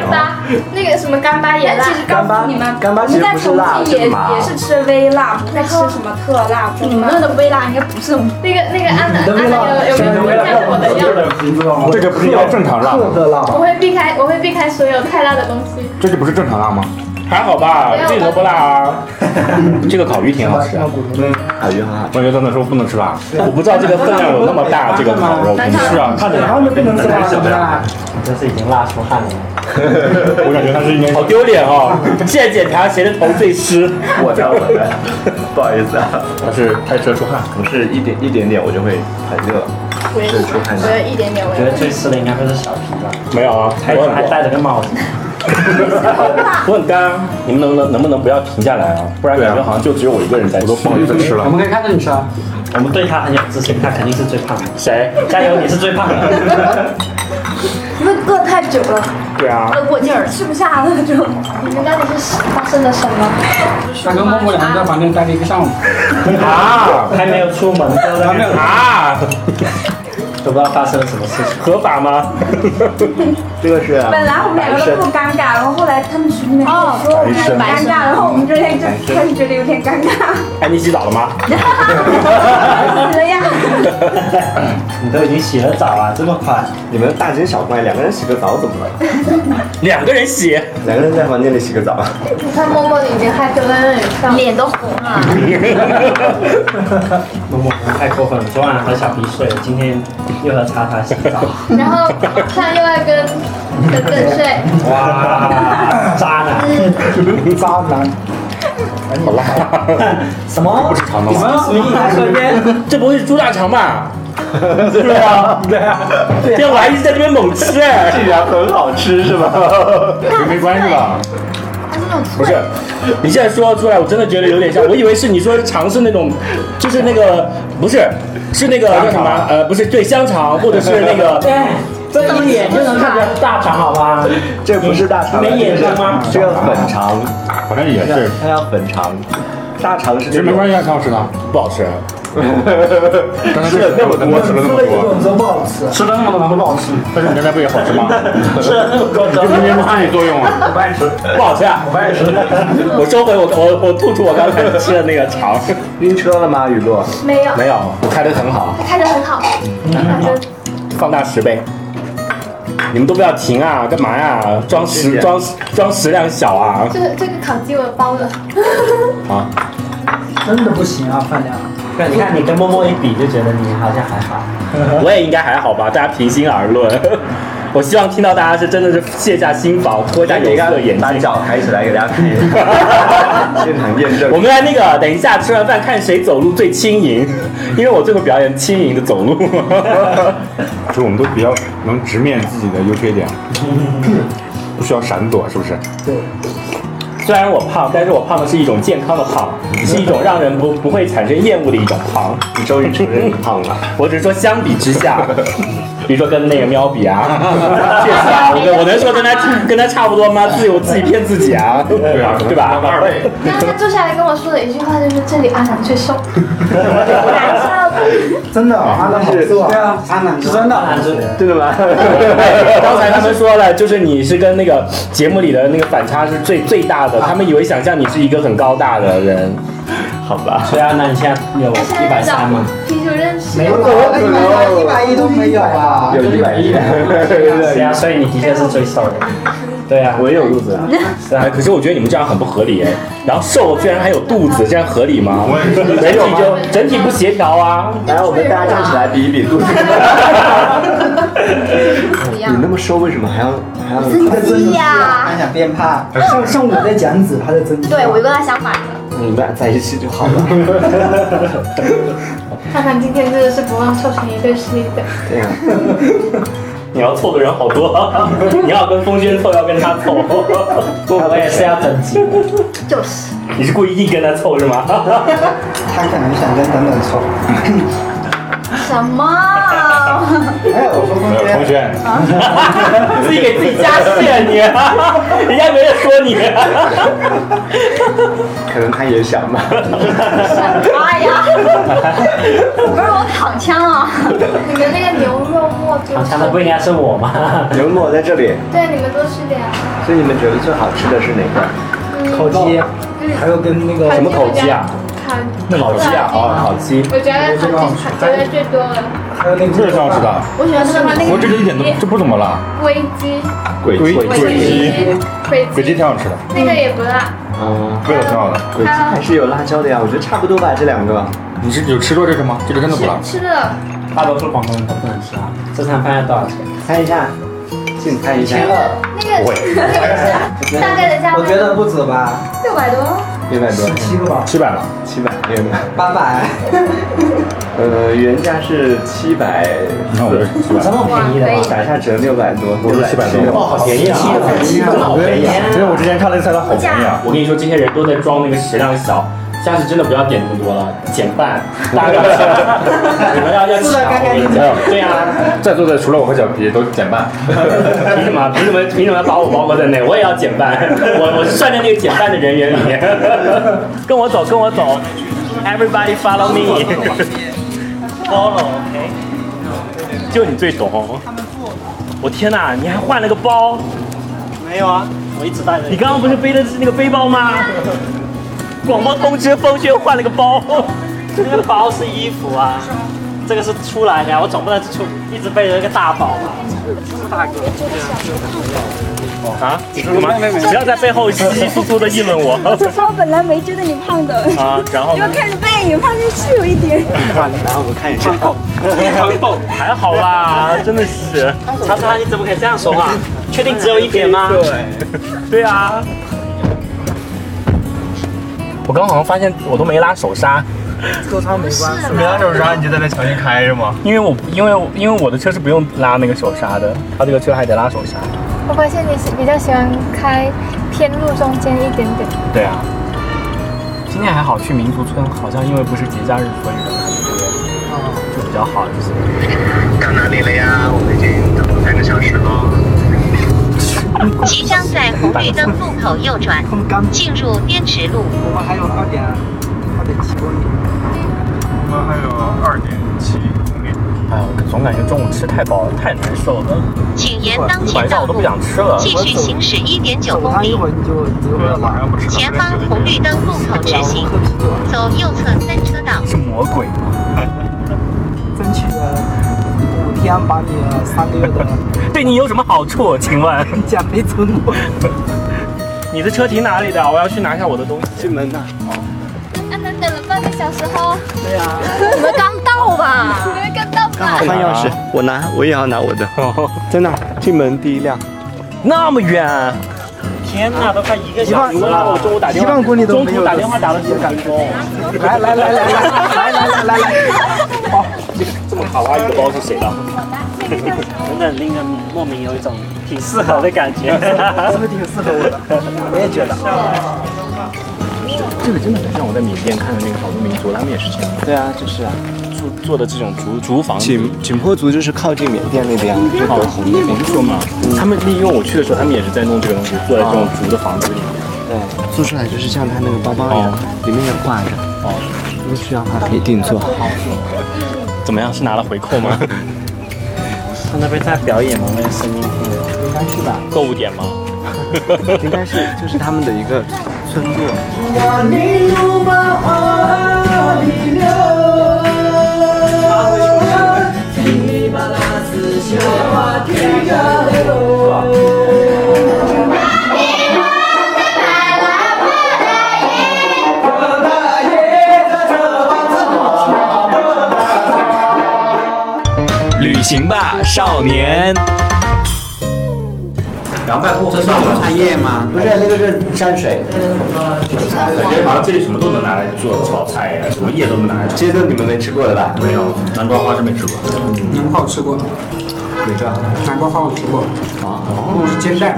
那个什么干巴，那个什么干但其。实告诉巴也辣你们，干巴我们在重庆其实不是辣是也啊麻也是吃微辣，不会吃什么特辣。你们那的微辣应该不是我们那个那个安南你的安味道南有有没有看着我的样？你知道啊吗？这个不是要正常辣吗特特辣我吗？会避开我会避开所有太辣的东西。这就不是正常辣吗？还好吧，这个不辣啊。 这个烤鱼挺好吃的，烤鱼啊很好。我觉得那时候不能吃辣，我不知道这个分量有那么大，这个烤肉是啊，看着太小了。这是已经辣出汗了。我感觉他是应该好丢脸哦！现在检查谁的头最湿，我的我的， 不好意思啊，他是开车出汗，不是一点一点点我就会很热，我也是出汗我觉得一点点我味觉得道。最湿的应该会是小皮吧，没有啊，还还戴了个帽子。我很干，啊你们能能能不能不要停下来啊？不然感觉好像就只有我一个人啊在吃，我都不好意思吃了我们可以看着你吃啊。我们对他很有自信，他肯定是最胖的。谁？加油，你是最胖 的。你们饿太久了，对啊，饿过劲儿，吃不下了就。你们到底是发生了什么？他跟默默两个人在房间待了一个上午。。啊，还没有出门，都在那啊，都不知道发生了什么 事情，合法吗？这个是本来我们两个都不尴尬，然后后来他们群里面哦说我们很尴尬，然后我们就开始开始觉得有点尴尬。哎，你洗澡了 吗？死了呀！你都已经洗了澡啊，这么快？你们大惊小怪，两个人洗个澡怎么了？ 两个人洗，两个人在房间里洗个澡，你看默默已经害羞在那里笑，脸都红了。默默太过分了，昨晚和小皮睡，今天又和茶茶洗澡。然后他又在跟跟跟睡，哇，渣男，渣男，好辣！什么？不是肠你们吗？你们来这边，这不会是猪大肠吧？对 啊，对啊，这我还一直在这边猛吃哎，竟然很好吃是 吧？没关系吧？他是那种不是，你现在说出来，我真的觉得有点像，我以为是你说尝试那种，就是那个不是，是那个叫什么？呃，不是，对，香肠或者是那 个哎，这一眼就能看出来是大肠，好吧？这不是大肠，你没眼睛吗？这个粉肠，好像也是，它叫粉肠，大肠是其实这没种。关系，啊，挺好吃的。不好吃，吃了那么多，吃了那么多，真不好吃。吃了那么多，不好吃。但是你刚才不也好吃吗？吃了那么多，这明明不是你作用啊！不爱吃，不好吃啊！不爱吃。我收回我我我吐出我刚才吃的那个肠。晕车了吗，雨露？没有，没有，我开的很好，他开的很好，反正放大十倍。你们都不要停啊，干嘛呀？装食装装食量小啊！这个这个烤鸡我包了。啊，真的不行啊，饭量。对，你看你跟默默一比，就觉得你好像还好。我也应该还好吧，大家平心而论。 我希望听到大家是真的是卸下心防，脱下有色的眼把镜。脚抬起来给大家看一下，现场验证。我们来那个，等一下吃完饭看谁走路最轻盈， 因为我最后表演轻盈的走路。 就我们都比较能直面自己的优缺点，不需要闪躲，是不是？虽然我胖，但是我胖的是一种健康的胖，是一种让人不不会产生厌恶的一种胖。你终于承认你胖了。 我只是说相比之下， 比如说跟那个喵比啊， 确实啊，我跟我能说跟他跟他差不多吗？自己我自己骗自己啊，对啊对吧？二位，然后他坐下来跟我说的一句话就是：“这里阿南最瘦。”难受。真的，阿南好瘦啊！对啊，阿南是真的，阿南真的吗？刚才他们说了，就是你是跟那个节目里的那个反差是最最大的，他们以为想象你是一个很高大的人，好吧，所以阿南啊你现在有他一现百在三吗找？啤酒认识没有，我，一百一都没有啊！有一百一，对啊，所以你的确是最瘦的。对 啊，我也有肚子啊。是啊哎，，可是我觉得你们这样很不合理哎，然后瘦居然还有肚子，这样合理吗？整体就整体不协调啊。来，我们大家站起来比一比肚子。一你样。那么瘦，为什么还要还要？他在增鸡肌啊，呀他，想变胖。上上午我在减脂，他在增肌。对我就跟他相反的。你们俩在一起就好了。看看今天真的是不忘凑成一对是一对。对呀，你要凑的人好多，啊 你要跟风轩凑，要跟他凑，我也是要整肌。就是，你是故意硬跟他凑是吗？他可能想跟等等凑。什么？哎，我说没风有轩同，学， 自己给自己加戏啊你， 人家没有说你。可能他也想吧。哎呀，不是我躺枪啊！ 你们那个牛肉末就躺是枪的不应该是我吗？牛肉在这里，对，你们都是的呀。所以你们觉得最好吃的是哪个？烤鸡，还有跟那个烤什么烤鸡啊？烤烤鸡啊，哦，烤鸡。我觉得烤鸡烤的最多了。还有那个这是好吃的，我喜欢吃那个我这个一点都这不怎么辣，龟鸡，鬼鬼鸡，龟鬼鸡挺好吃的，那个也不辣。嗯，味道挺好的，鬼鸡还是有辣椒的呀，我觉得差不多吧，这两个。你是有吃过这个吗？这个真的不辣。吃了，大多数广东人都不能吃辣。这餐饭要多少钱？猜一下，请猜一下。那个不会那个大概的价位我觉得不止吧，六百多。六百多，七个吧，七百了，七百，六百，八百。呃，原价是七百，那我这么便宜的吗打下折六百多，我是700多哦哇好便宜啊好便宜啊！因为我之前看了一菜单，好便宜啊！我跟你说，这些人都在装那个食量小，下次真的不要点那么多了，减半，大量吃。你们要要吃抢，我嗯跟你讲，对哎啊呀、啊在座的除了我和小皮都 减半， 凭什么？凭什么？凭什么把我包括在内？我也要减半，我我是算在那个减半的人员里面。跟我走，跟我走，Everybody follow me，follow OK。就你最懂。我天哪，你还换了个包？没有啊，我一直带着。你刚刚不是背的是那个背包吗？广播通知风轩换了个 包，那个包是衣服啊，这个是出来的呀，我总不能出一直背着一个大包吧。大哥，啊？什么？不要在背后稀稀疏疏的议论我。这包本来没觉得你胖的，啊，然后结呢果看着背影，发现是有一点。然后我看一下，还好啦，真的是。叉叉，你怎么可以这样说 话？确定只有一点吗？对啊。我刚好像发现我都没拉手刹，跟他没关系没拉手刹你就在那强行开是吗？因为我因为因为我的车是不用拉那个手刹的，他这个车还得拉手刹。我发现你是比较喜欢开偏路中间一点点。对啊。今天还好去民族村，好像因为不是节假日，所以人还是就比较好一些。到哪里了呀？我们已经等了半个小时喽。即将在红绿灯路口右转，进入滇池路。我们还有二点二点七公里，我们还有二点七公里。哎，我总感觉中午吃太饱了，太难受了。请沿当前晚上道我都路不想吃了。继续行驶一点九公里，前方红绿灯路口直行，走右侧三车道。是魔鬼吗？争取五天把你三个月的 对你有什么好处？请问？ 减肥成果。你的车停哪里的？我要去拿一下我的东西。进门呐。啊，能等了半个小时哦。对呀、你们刚到吧？你们刚到吧？换钥匙，啊我拿，我也要拿我的。在那，进门第一辆。那么远，天哪，都快一个小时一万了！我中午打电一话，万公里都中没有途打电话打了十五分钟。来来来来来来来来来，这么卡哇伊的包是谁的？真的令人莫名有一种挺适合的感觉。是不是挺适合我的？我也觉得。这个真的很像我在缅甸看的那个少数民族，他们也是这样。对啊，就是啊。做做的这种竹竹房景景颇族就是靠近缅甸那边，这个红的。我就说嘛，他们利用我去的时候，他们也是在弄这个东西，坐在这种竹的房子里面。对，做出来就是像他那个包包一样，里面也挂着。哦，如果需要的话可以定做。怎么样？是拿了回扣吗？他那边在表演吗？那个声音应该是吧？购物点吗？应该是，就是他们的一个村落。旅行吧，少年。两百户这是农产业吗？ 不是，那个是山水。我觉得好像这里什么都能拿来做炒菜呀，什么叶都能拿来。这些都你们没吃过的吧？没有，南瓜花生没吃过。南瓜我吃过，没吃。南瓜花我吃过，哦，是煎蛋。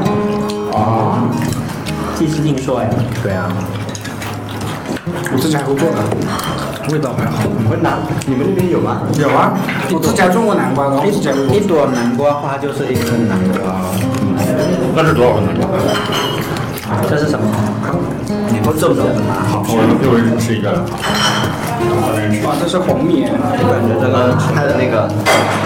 哦，第一次听说呀。对啊。我自己还会做的，味道还好。你们哪？你们那边有吗？有啊，我自己还种过南瓜的，我自己还种过。一朵南瓜花就是一颗南瓜。那是多少呢？这是什么？你不这么的吗？好，我一会儿吃一个。哇，这是红米，我感觉这个它的那个，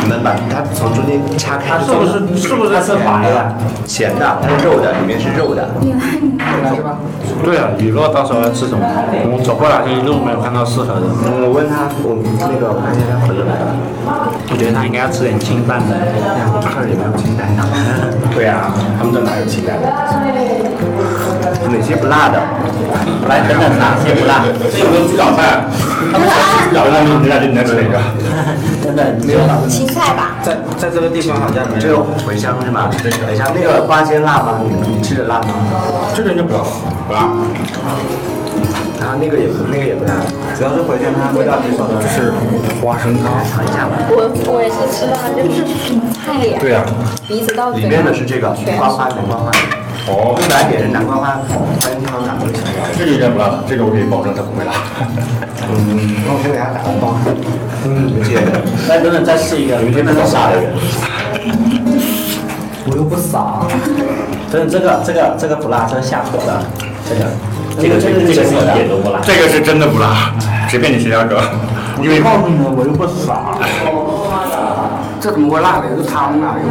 你们把它从中间掐开，它是不是是不是是白的？咸的，它是肉的，里面是肉的。对啊，雨落到时候要吃什么？我们走过来就一路没有看到适合的。我问他，我那个我看见他回来了，我觉得他应该要吃点清淡的。这儿也没有清淡的。 对啊，他们这哪有清淡的？哪些不辣的？来等等，哪些不辣？这有没有猪脚饭？他们想吃猪脚饭，你俩就你能吃哪个？真的没有青菜吧？在在这个地方好像没这个茴香是吗？等一下，那个花鲜辣吗？你你吃着辣吗？这个就不要不辣。然后那个也不那个也不辣，主要是回去它味道挺爽的，就是花生汤。尝一下吧。我我也是吃到就是芹菜呀，对呀、鼻子到嘴里面的是这个花花南瓜花。哦，用来点是南瓜花，番地方打都行。这个应该不辣，这个我可以保证它不会辣。嗯，那我先给他打个包。嗯，理解。来等等再试一个，有些那种傻的人。我又不傻。等等这个这个这个不辣，这个下火的，这个。这个这个这个是一点都不辣，这个是真的不辣，随便你谁家哥，因为告诉你们，我又不傻。这怎么会辣的？是汤啊，又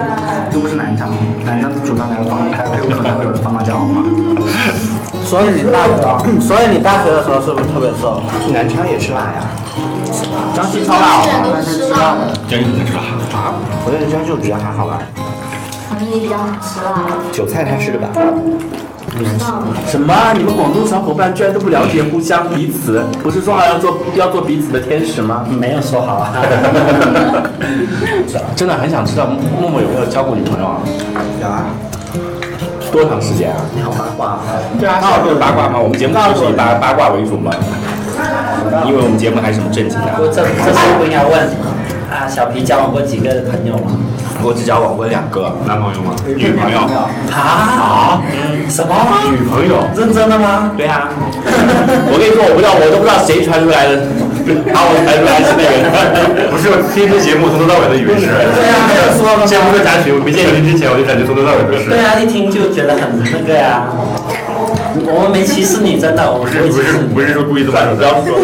又不是南昌，南昌煮到那个方，嗯它有可能会有放辣椒吗？所以你大学，啊所以你大学的时候是不是特别瘦？南昌也吃辣呀。江西超辣啊好吗？江西不吃辣啊？我觉得江西我觉得还好吧。我们也比较好吃辣。韭菜它是的吧？什么？你们广东小伙伴居然都不了解互相彼此？不是说好要做要做彼此的天使吗？没有说好。 真的很想知道默默有没有交过女朋友啊？有啊。多长时间啊？你好八卦啊。对啊，那我就是八卦嘛。我们节目就是以八八卦为主嘛。因为我们节目还是什么正经的啊？这这是不应该问啊，小皮交往过几个朋友吗？我只交往过两个，男朋友吗？女朋友？啊？什么？女朋友？ 认真的吗？对啊。我跟你说，我不知道，我都不知道谁传出来的，把我传出来是那个。不是，听这节目从头到尾都以为是。对呀，没有说吗？见不说假群，没见您之前我就感觉从头到尾都是。对啊，一听就觉得很那个呀、我们没歧视你，真的，我们不是没不歧是视你。不是说故意 这么说，不要说。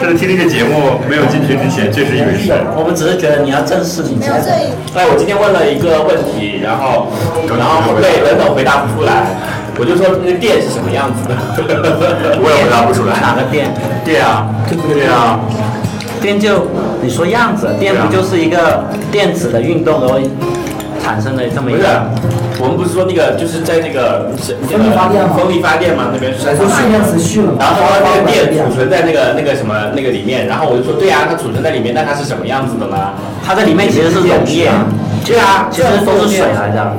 这是听这个节目没有进群之前，确实以为是。我们只是觉得你要正视你自己。哎，我今天问了一个问题，然后然后对等等回答不出来，我就说那个店是什么样子的，我也回答不出来。哪个店？对啊，对啊，电就你说样子，电不就是一个电子的运动而产生的这么一不是啊个？，我们不是说那个就是在那个风那力个发电吗风力发电嘛，那边是。就训练时序了嘛然后他那个电储存在那个那个什么那个里面，然后我就说对啊，它储存在里面，那它是什么样子的呢？它在里面其实是溶液，对啊，其实都是水来的。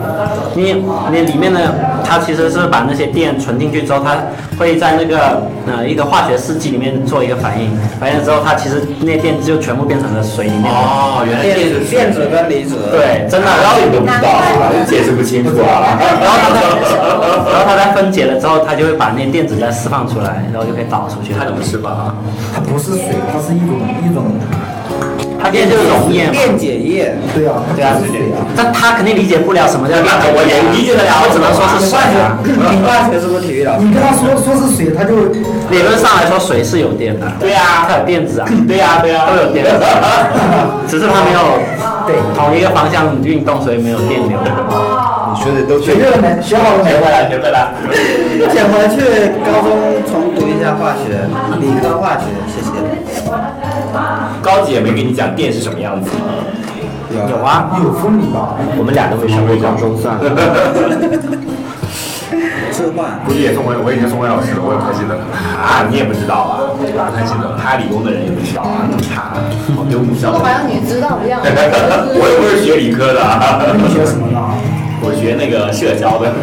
你你里面的它其实是把那些电存进去之后，它会在那个呃一个化学试剂里面做一个反应，反应之后它其实那电就全部变成了水里面。哦，原来电子电子跟离子。对，真的，啊然后你都不知道，解释不清楚啊。然后它在， 然后它在分解了之后，它就会把那电子再释放出来，然后就可以导出去。它怎么释放啊？它不是水，它是一种一种，它电就是溶液嘛。解液。对啊，它不是水啊。但他肯定理解不了什么叫电解液。我也理解得了我只能说是水啊。你大学是不是体育啊老你跟他说说是水，他就理论上来说，水是有电的。对呀、它有电子啊。对呀、对呀、都有电子， 只是它没有对同一个方向运动，所以没有电流。你说的都学对了没？学好了没？学会了，学会了。先回去高中重读一下化学，理科化学，谢谢。高姐没跟你讲电是什么样子吗？有啊，有风力吧？我们俩都没上过高中，算了。置换。估计也送回，我已经送回老师了，我也不太记得了。啊，你也不知道啊？不太记得，他理工的人也不知道啊，那么差，好丢不知道我。好像你知道的样子。 我又不是学理科的啊。你学什么呢？我学那个社交 的，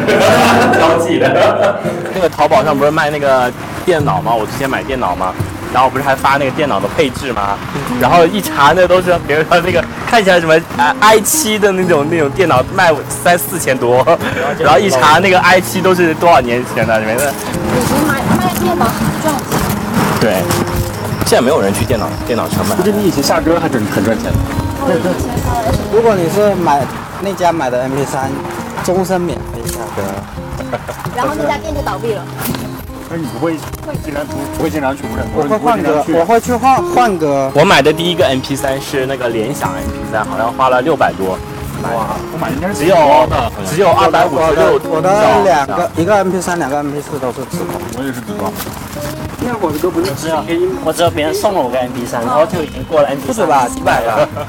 交际的。那个淘宝上不是卖那个电脑吗？我之前买电脑嘛，然后不是还发那个电脑的配置吗？然后一查那都是，比如说那个看起来什么啊 i 七的那种那种电脑卖三四千多，然后一查那个 i 七都是多少年前的，里面的以前买卖电脑很赚钱，对。现在没有人去电脑电脑城买，不是你以前下歌还赚很赚钱的。如果你是买那家买的 MP3，终身免费下歌。然后那家店就倒闭了。可是你不会经常出，不会经常出的，我或者会换你不会经个常去。我会去换换个我买的第一个 MP 3是那个联想 MP 3好像花了六百多。哇，我买的应该是只有只有二百五十六。我的两个，一个 MP 3两个 MP 4都是自装。我也是自装。那我都不是只有我只有别人送了我个 MP 3然后就已经过了 MP 3不止吧几百啊 吧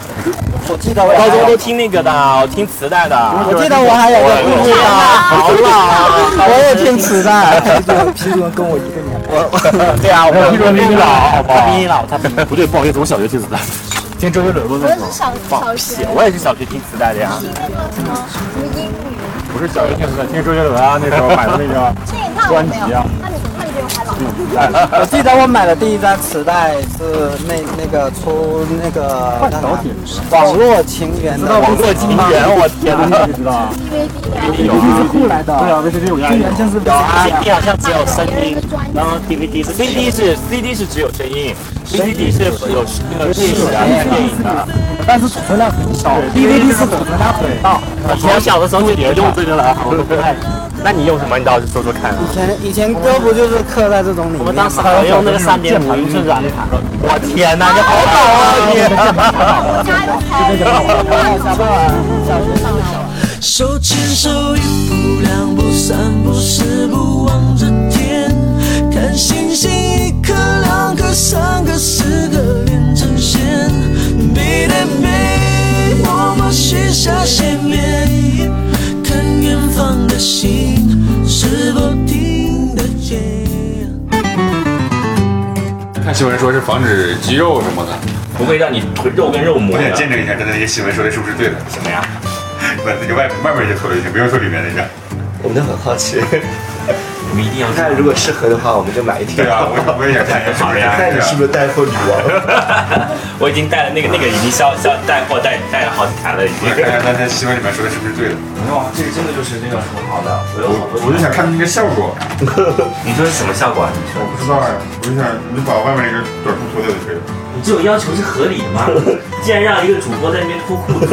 我记我高中都听那个的，我听磁带的。我记得我还有个姑姑啊，好 老，我也听 磁带。皮哥跟我一个年代。我对啊，我听说比你老，好不好？比你老，他不对，不好意思，我小学听磁带，听周杰伦的那种。小学我也是小学听磁带的呀。什么什么英语？不是小学听磁带，听周杰伦啊，那时候买的那个专辑啊。那你那你比我还老。我记得我买的第一张磁带是那那个出那个网络情缘的网络情缘，我天哪！知道啊 DVD 是后来的，对啊，VCD 有压力，原先是有啊，CD 好像只有声音，然后 DVD 是 CD 是 CD 是只有声音，VCD 是有那个历史啊、电影的。但是储存量很少，DVD 是储存量很大。我从小的时候就也用这个了，我都不太。那你用什么？你倒是说说看。以前以前歌不就是刻在这种里面吗？我们当时还用那个3.5英寸软卡。我天哪，你好老啊你！手牵手，一步两步三步四步望着天，看星星一颗两颗三颗四个连成线，你的美我们许下心愿，看远方的星是否听得见。看新闻说是防止肌肉什么的，不会让你臀肉跟肉我磨想的。见证一下，刚才那些新闻说的是不是对的？什么呀？把那个外外面就说了一下，不用说里面那个。我们都很好奇，我们一定要看如果适合的话，我们就买一条。对啊 我我也想看一下好的呀啊看你是不是带货女啊王。我已经带了那个那个已经销销带货带带了好几台了，已经。我看看刚才新闻里面说的是不是对的？哇，这个真的就是那个很好的，我有好多。我我就想看那个效果。你说是什么效果啊？你说我不知道呀，我就想你把外面那个短裤脱掉就可以了。你这种要求是合理的 吗？竟然让一个主播在那边脱裤子。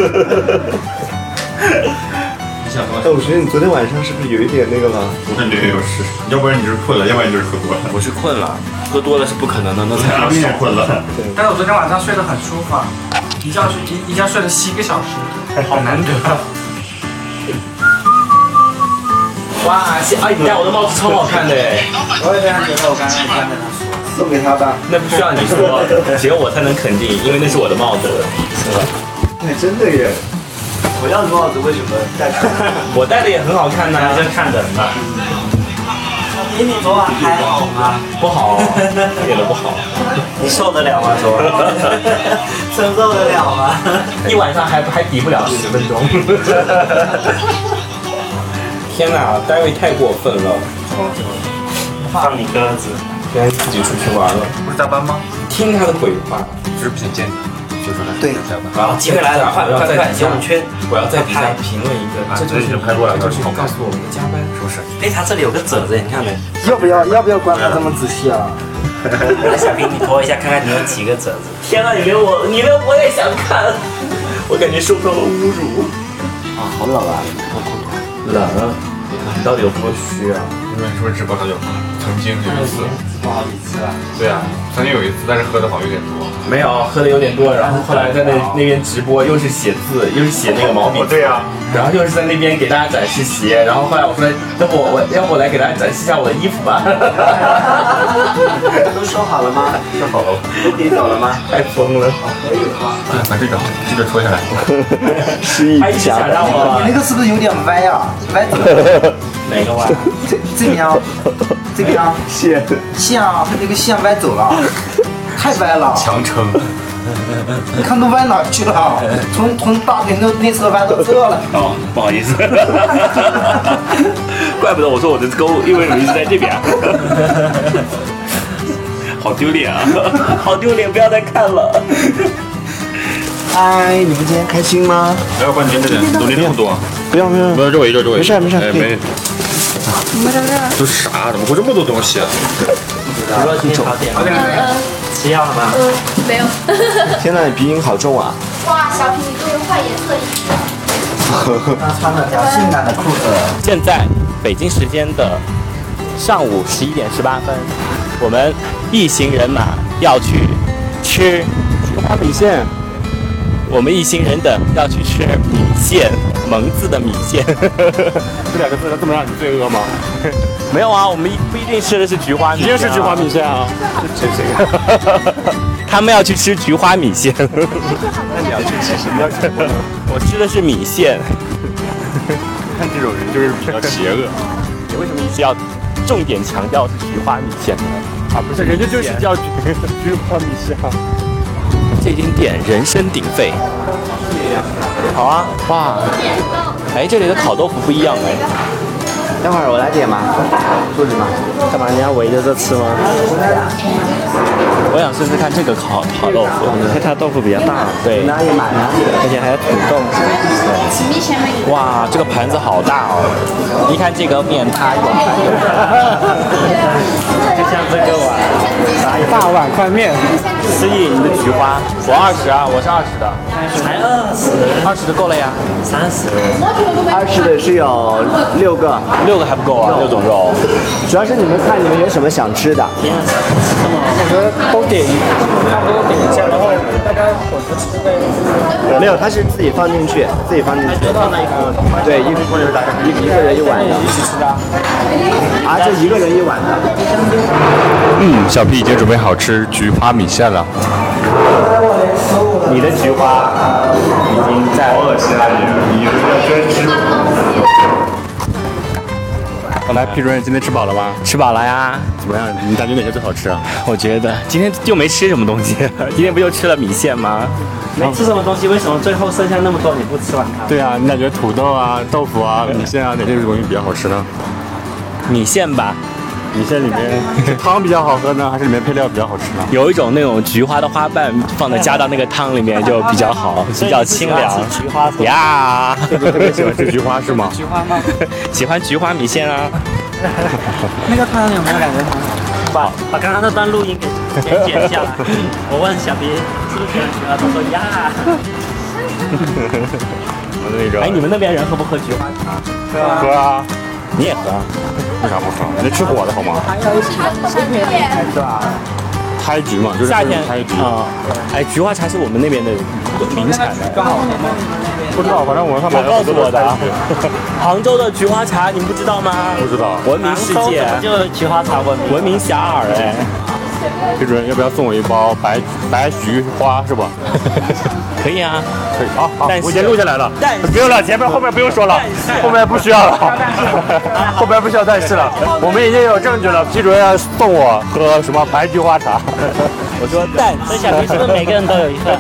你想哎，我觉得你昨天晚上是不是有一点那个了？那你有事，要不然你就是困了，要不然你就是喝多了。我是困了，喝多了是不可能的，那才我也困 了。但哎是我昨天晚上睡得很舒服，啊，一觉睡一一觉睡了七个小时，好难得。 哇，谢哎，你戴我的帽子超好看的哎。我也这样觉得，我刚才看着他说。送给他吧。那不需要你说，只有我才能肯定，因为那是我的帽子。是吧？哎，真的耶！同样的帽子为什么戴？我戴的也很好看呐、真看人呐。比你昨晚还好吗？不好，一点都不好。你受得 了吗，周？承受得了吗？一晚上还还抵不了十分钟。天哪，大卫太过分了，放你鸽子，居然自己出去玩了。不是加班吗？听他的鬼话，是不想见你，就说他对加班。好，机会来了，快快快，小五圈，我要在底下评论一个，这就是拍过来的，就是告诉我们的加班，是不是？哎，他这里有个褶子，你看没？要不要要不要观察这么仔细啊？ 我想给你拖一下，看看你有几个褶子。天哪，你连我，你连我也想看，我感觉受到了侮辱。啊，好冷啊！冷，你到底有多虚啊？因为说直播他就曾经有一次，不好意思啊。对啊，曾经有一次，但是喝的好像有点多。没有，喝的有点多，然后后来在那那边直播，又是写字，又是写那个毛哦笔。对啊。然后又是在那边给大家展示鞋，然后后来我说，要不我我要不我来给大家展示一下我的衣服吧。都收好了吗？收好了。你走了吗？太疯了。哎，把这个这个脱下来。失忆想让你那个是不是有点歪啊？歪怎么？哪个歪？这这 边啊，这边啊，线线啊，它这个线歪走 了，啊太歪了，强撑。你看都歪哪去了？啊从从大腿那内侧歪到这了。哦，不好意 思，怪不得我说我的沟因为什么一直在这边 啊，好丢脸啊，好丢脸，不要再看了。嗨，你们今天开心吗？来，我帮你拎着点，都拎这么多。不用不用，不要，这我一个，这我一没事个。没事哎，可以没。没事没事。都啥？怎么会这么多东西啊？你说今天好点吗？吃药了吗？嗯，没有。天呐，你鼻音好重啊！哇，小皮，你终于换颜色衣服了。他穿了条性感的裤子。现在北京时间的上午十一点十八分，我们一行人马要去吃花米线。我们一行人等要去吃米线，蒙字的米线。这两个字，它这么让你罪恶吗？ 没有啊，我们一不一定吃的是菊花米、一定是菊花米线啊。这这个， 他们要去吃菊花米线。那你要去吃什么？ 我吃的是米线。看这种人就是比较邪恶。你为什么一直要重点强调是菊花米线呢？啊，不是人家就是叫菊 菊花米线。这间店人声鼎沸。好啊，哇！哎，这里的烤豆腐不一样哎。待会儿我来点吧，住址吗？干嘛？你要围着这吃吗？哎我想试试看这个烤烤豆腐，因为它豆腐比较大，对，哪里买哪里，而且还有土豆。哇，这个盘子好大哦！一看这个面，它有它有，就像这个碗，大碗宽面。思意，你的菊花，我二十啊，我是二十的，才二十，二十的够了呀，三十，二十的是有六个，六个还不够啊，六种肉。主要是你们看你们有什么想吃的。我觉得都点，差不多点一下，然后大家混着吃呗。没有，他是自己放进去，自己放进去。对，一一一个人一碗的。一起吃的。啊，就一个人一碗的。嗯，小 P 已经准备好吃菊花米线了。你的菊花已经在。好恶心啊！你你要真吃。好来，皮主任今天吃饱了吗？吃饱了呀。怎么样？你感觉哪些最好吃啊？我觉得今天就没吃什么东西， 今天不就吃了米线吗？没吃什么东西，为什么最后剩下那么多你不吃完它？对啊，你感觉土豆啊、豆腐啊、米线啊，哪些东西比较好吃呢？米线吧，米线里面是汤比较好喝呢，还是里面配料比较好吃呢？有一种那种菊花的花瓣放在加到那个汤里面就比较好，比较清凉。菊花呀，特别喜欢吃菊花是吗？菊花吗？喜欢菊花米线啊。那个汤有没有感觉很好？把把刚刚那段录音给剪剪下来。我问小 B 是不是喜欢菊花，他说呀。我那个，哎，你们那边人喝不喝菊花茶？喝啊，喝啊，你也喝啊？为啥不喝？你吃火的好吗？对啊。开局嘛，就是夏天开局。啊、哎，菊花茶是我们那边的名产的。不知道，反正我看买我了告很诉多我的的开啊局。，杭州的菊花茶你们不知道吗？不知道。闻名世界，就菊花茶闻名，闻名遐迩哎。皮主任，要不要送我一包白白菊花是吧？可以啊，可以。好好但，是我先录下来了。但是不用了，前面后面不用说了， 后面不需要了， 后面不需要但是了。我们已经有证据了，皮主任要送我喝什么白菊花茶？我说但所以小 B 是不是每个人都有一 份？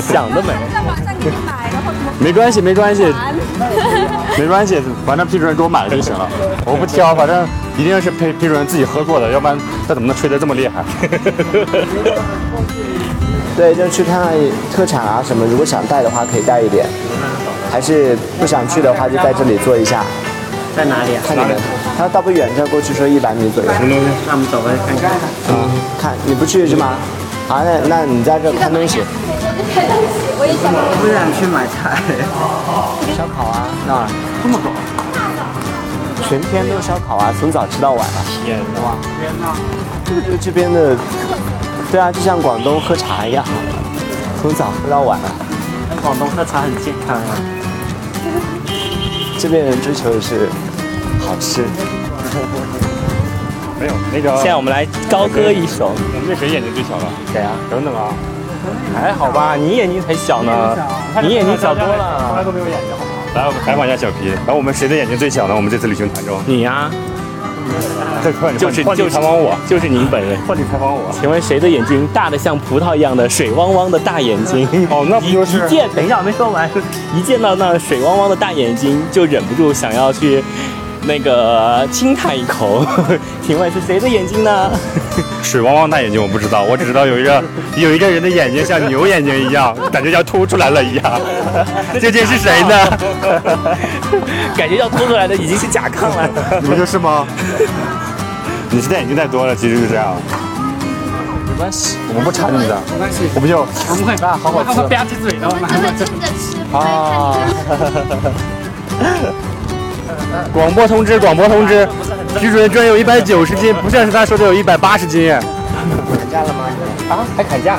想得美。没关系，没关系，没关系，反正批主任给我买了就行了，我不挑，反正一定是批批主任自己喝过的，要不然他怎么能吹得这么厉害？对，就去看看特产啊什么，如果想带的话可以带一点，还是不想去的话就在这里坐一下。在哪里啊？看你们，他到不远，这过去说一百米左右。那我们走过去看看。啊，看你不去是吗？啊，那那你在这看东西，我也想我不想去买菜。烧烤啊，那儿这么高，全天都烧烤啊，从早吃到晚啊。天哇，就这边的，对啊，就像广东喝茶一样，从早喝到晚啊。那广东喝茶很健康啊。这边人追求的是好吃。没有那个。现在我们来高歌一首。我们这谁眼睛最小了？谁啊？等等啊，还好吧，你眼睛才小呢，你眼睛小多从来了。都没有眼睛，好吗？来，我们采访一下小皮，然后我们谁的眼睛最小呢？我们这次旅行团中，你呀、再换你就是换你就是采访我，就是您本人。换你采访我。请问谁的眼睛大的像葡萄一样的水汪汪的大眼睛？哦，那不就是一见，等一下，我没说完。一见到那水汪汪的大眼睛，就忍不住想要去那个亲它一口。 请问是谁的眼睛呢？ 水汪汪大眼睛我不知道，我只知道有一个有一个人的眼睛像牛眼睛一样，感觉要凸出来了一样， 究竟是谁呢？感觉要凸出来的已经是甲亢了。你不就是吗？ 你现在眼睛太多了，其实是这样。没关系，我不馋你的，没关系，我不就我们会把好好吃。吧唧嘴的我们只会听着吃，不会看啊！广播通知，广播通知，徐主任居然有一百九十斤，不像是他说的有一百八十斤。砍价了吗？啊，还砍价？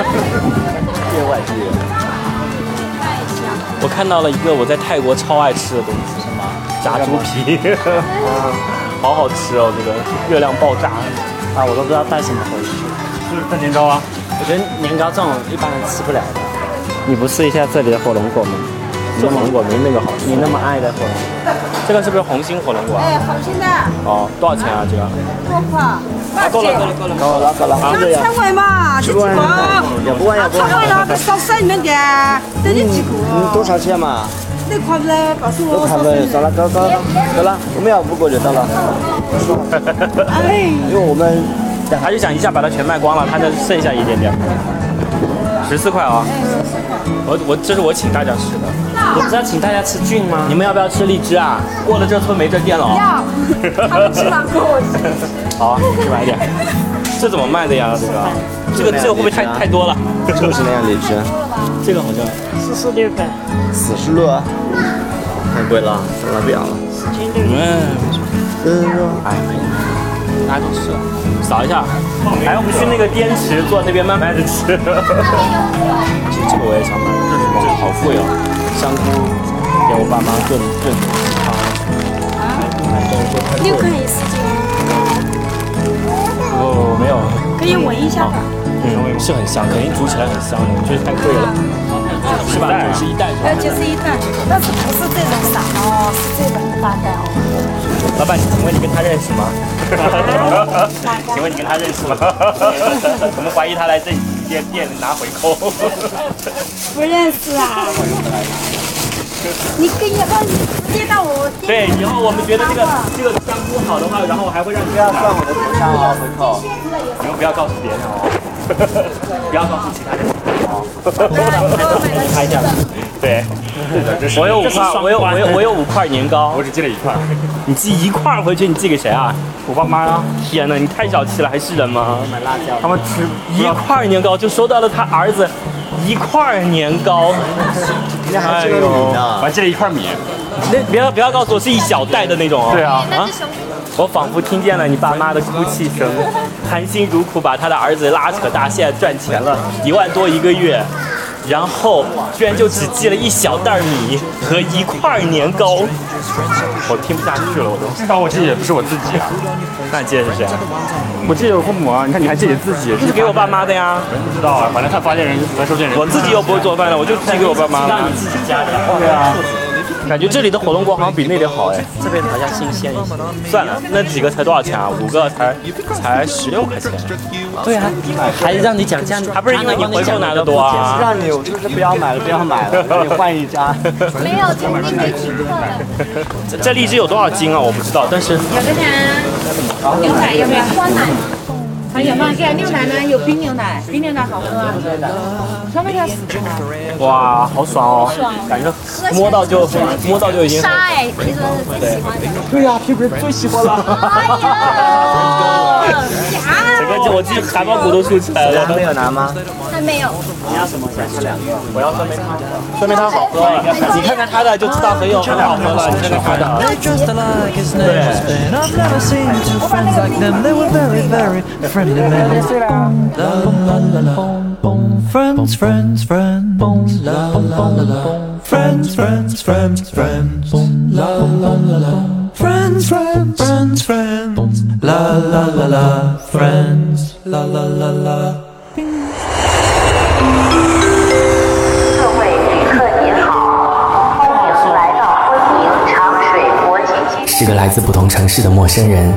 见外地人。我看到了一个我在泰国超爱吃的东西，什么炸猪皮，嗯 好好吃哦，这个热量爆炸啊！我都不知道带什么回去，就是蛋年糕啊。我觉得年糕这种一般人吃不了的。你不试一下这里的火龙果吗？这火龙果没那个好吃。你那么爱的火龙果，这个是不是红心火龙果啊？哎，好心的，哦，多少钱啊？这个？多块，八够了够了姐。够了够了够了那千块嘛，这几块，也不管也不千块了，管。再少省点点，这就几块。你嗯多少钱嘛？那块子告诉都我，看少不省了，点算了，够够够了，我们要五个就到了。哎因为我们他就想一下把它全卖光了，他就剩下一点点，十四块啊、我我这是我请大家吃的，我不是要请大家吃菌吗？你们要不要吃荔枝啊？过了这村没这店了哦。 要，他们吃完给我吃。好啊，去买一点。这怎么卖的呀？这个，这个这个会不会太太多了？ 就是那样荔枝，这个好像四十六块，四十啊六，太贵了，受不了了。嗯，哎，大家都吃了，扫一下。哎，我们去那个滇池坐那边慢慢的吃。这个我也想买，这是这个好贵哦，香菇给我爸妈炖炖汤。六块一四斤，哦，没有，可以闻一下吧？嗯，是很香，肯定煮起来很香的，就是太贵了，是吧？九十一袋是吧要九十一袋，但是不是这种傻哦，是这种大概哦。老板，请问你跟他认识吗？请问你跟他认识吗？ 我们怀疑他来这里店店拿回扣。不认识啊，你可以后你接到我店。对，以后我们觉得这个这个香菇好的话，然后我还会让你不要算我的头上哦，啊回扣。你们不要告诉别人哦， 不要告诉其他人哦。拍一下， 对。我有五块，我有我有我有五块年糕，我只寄了一块。你寄一块回去，你寄给谁啊？我爸妈啊！天哪，你太小气了，还是人吗？买辣椒。他们吃一块年糕就收到了他儿子一块年糕，那还是个米呢我哎还寄了一块米。那不要不要告诉我是一小袋的那种哦。对啊啊！我仿佛听见了你爸妈的哭泣声，含辛茹苦把他的儿子拉扯大，现在赚钱了一万多一个月，然后居然就只寄了一小袋米和一块年糕，我听不下去了，我都。那我记也不是我自己啊，那借是谁啊？我借我父母啊，你看你还借你自己，是给我爸妈的呀。不知道啊，反正看发件人和收件人。我自己又不会做饭了，我就寄给我爸妈了。自己家的。对啊，感觉这里的火龙果好像比那里好哎。这边好像新鲜一些。算了，那几个才多少钱啊？五个才才十六块钱。对啊，还是让你讲价，还不是因为你回扣拿得多啊让你就是不要买了，不要买了，你换一家。没有，今天没吃过。这这荔枝有多少斤啊？我不知道，但是有的呢，牛奶有没有？酸奶。还有吗？这牛奶呢？有冰牛奶，冰牛奶好喝啊。上面要死哇，好爽哦，感觉摸到就摸到就已经很沙哎，皮主任是最喜欢的。对呀、屁股最喜欢了。整个就我自己汗毛骨都竖起来了。没有拿吗？还没有。你要什么？想吃两个。我要酸梅汤。酸梅汤好喝，啊你看看他的就知道很有很好喝了。你看看他的。 I've never seen two friends like them. They were very, very friendly men. La, la, la, la. Friends, friends, friends. La, la, la, la. Friends, friends, friends, friends. La, la, la, la. Friends, friends, friends, friends. La, la, la, la. Friends. La, la, la, la. 是个来自不同城市的陌生人，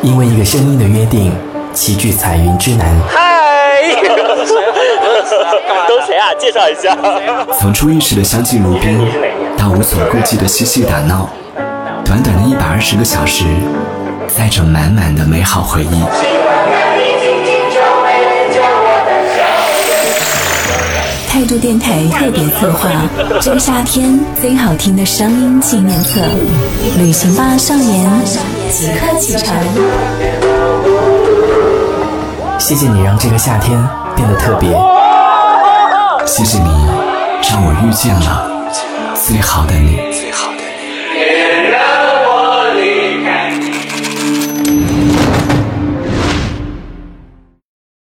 因为一个声音的约定，齐聚彩云之南。嗨，都谁啊？介绍一下。从初遇时的相敬如宾，到无所顾忌的嬉戏打闹，短短的一百二十个小时，载着满满的美好回忆。态度电台特别策划《这个夏天最好听的声音纪念册》，旅行吧少年，即刻启程。谢谢你让这个夏天变得特别，谢谢你让我遇见了最好的你。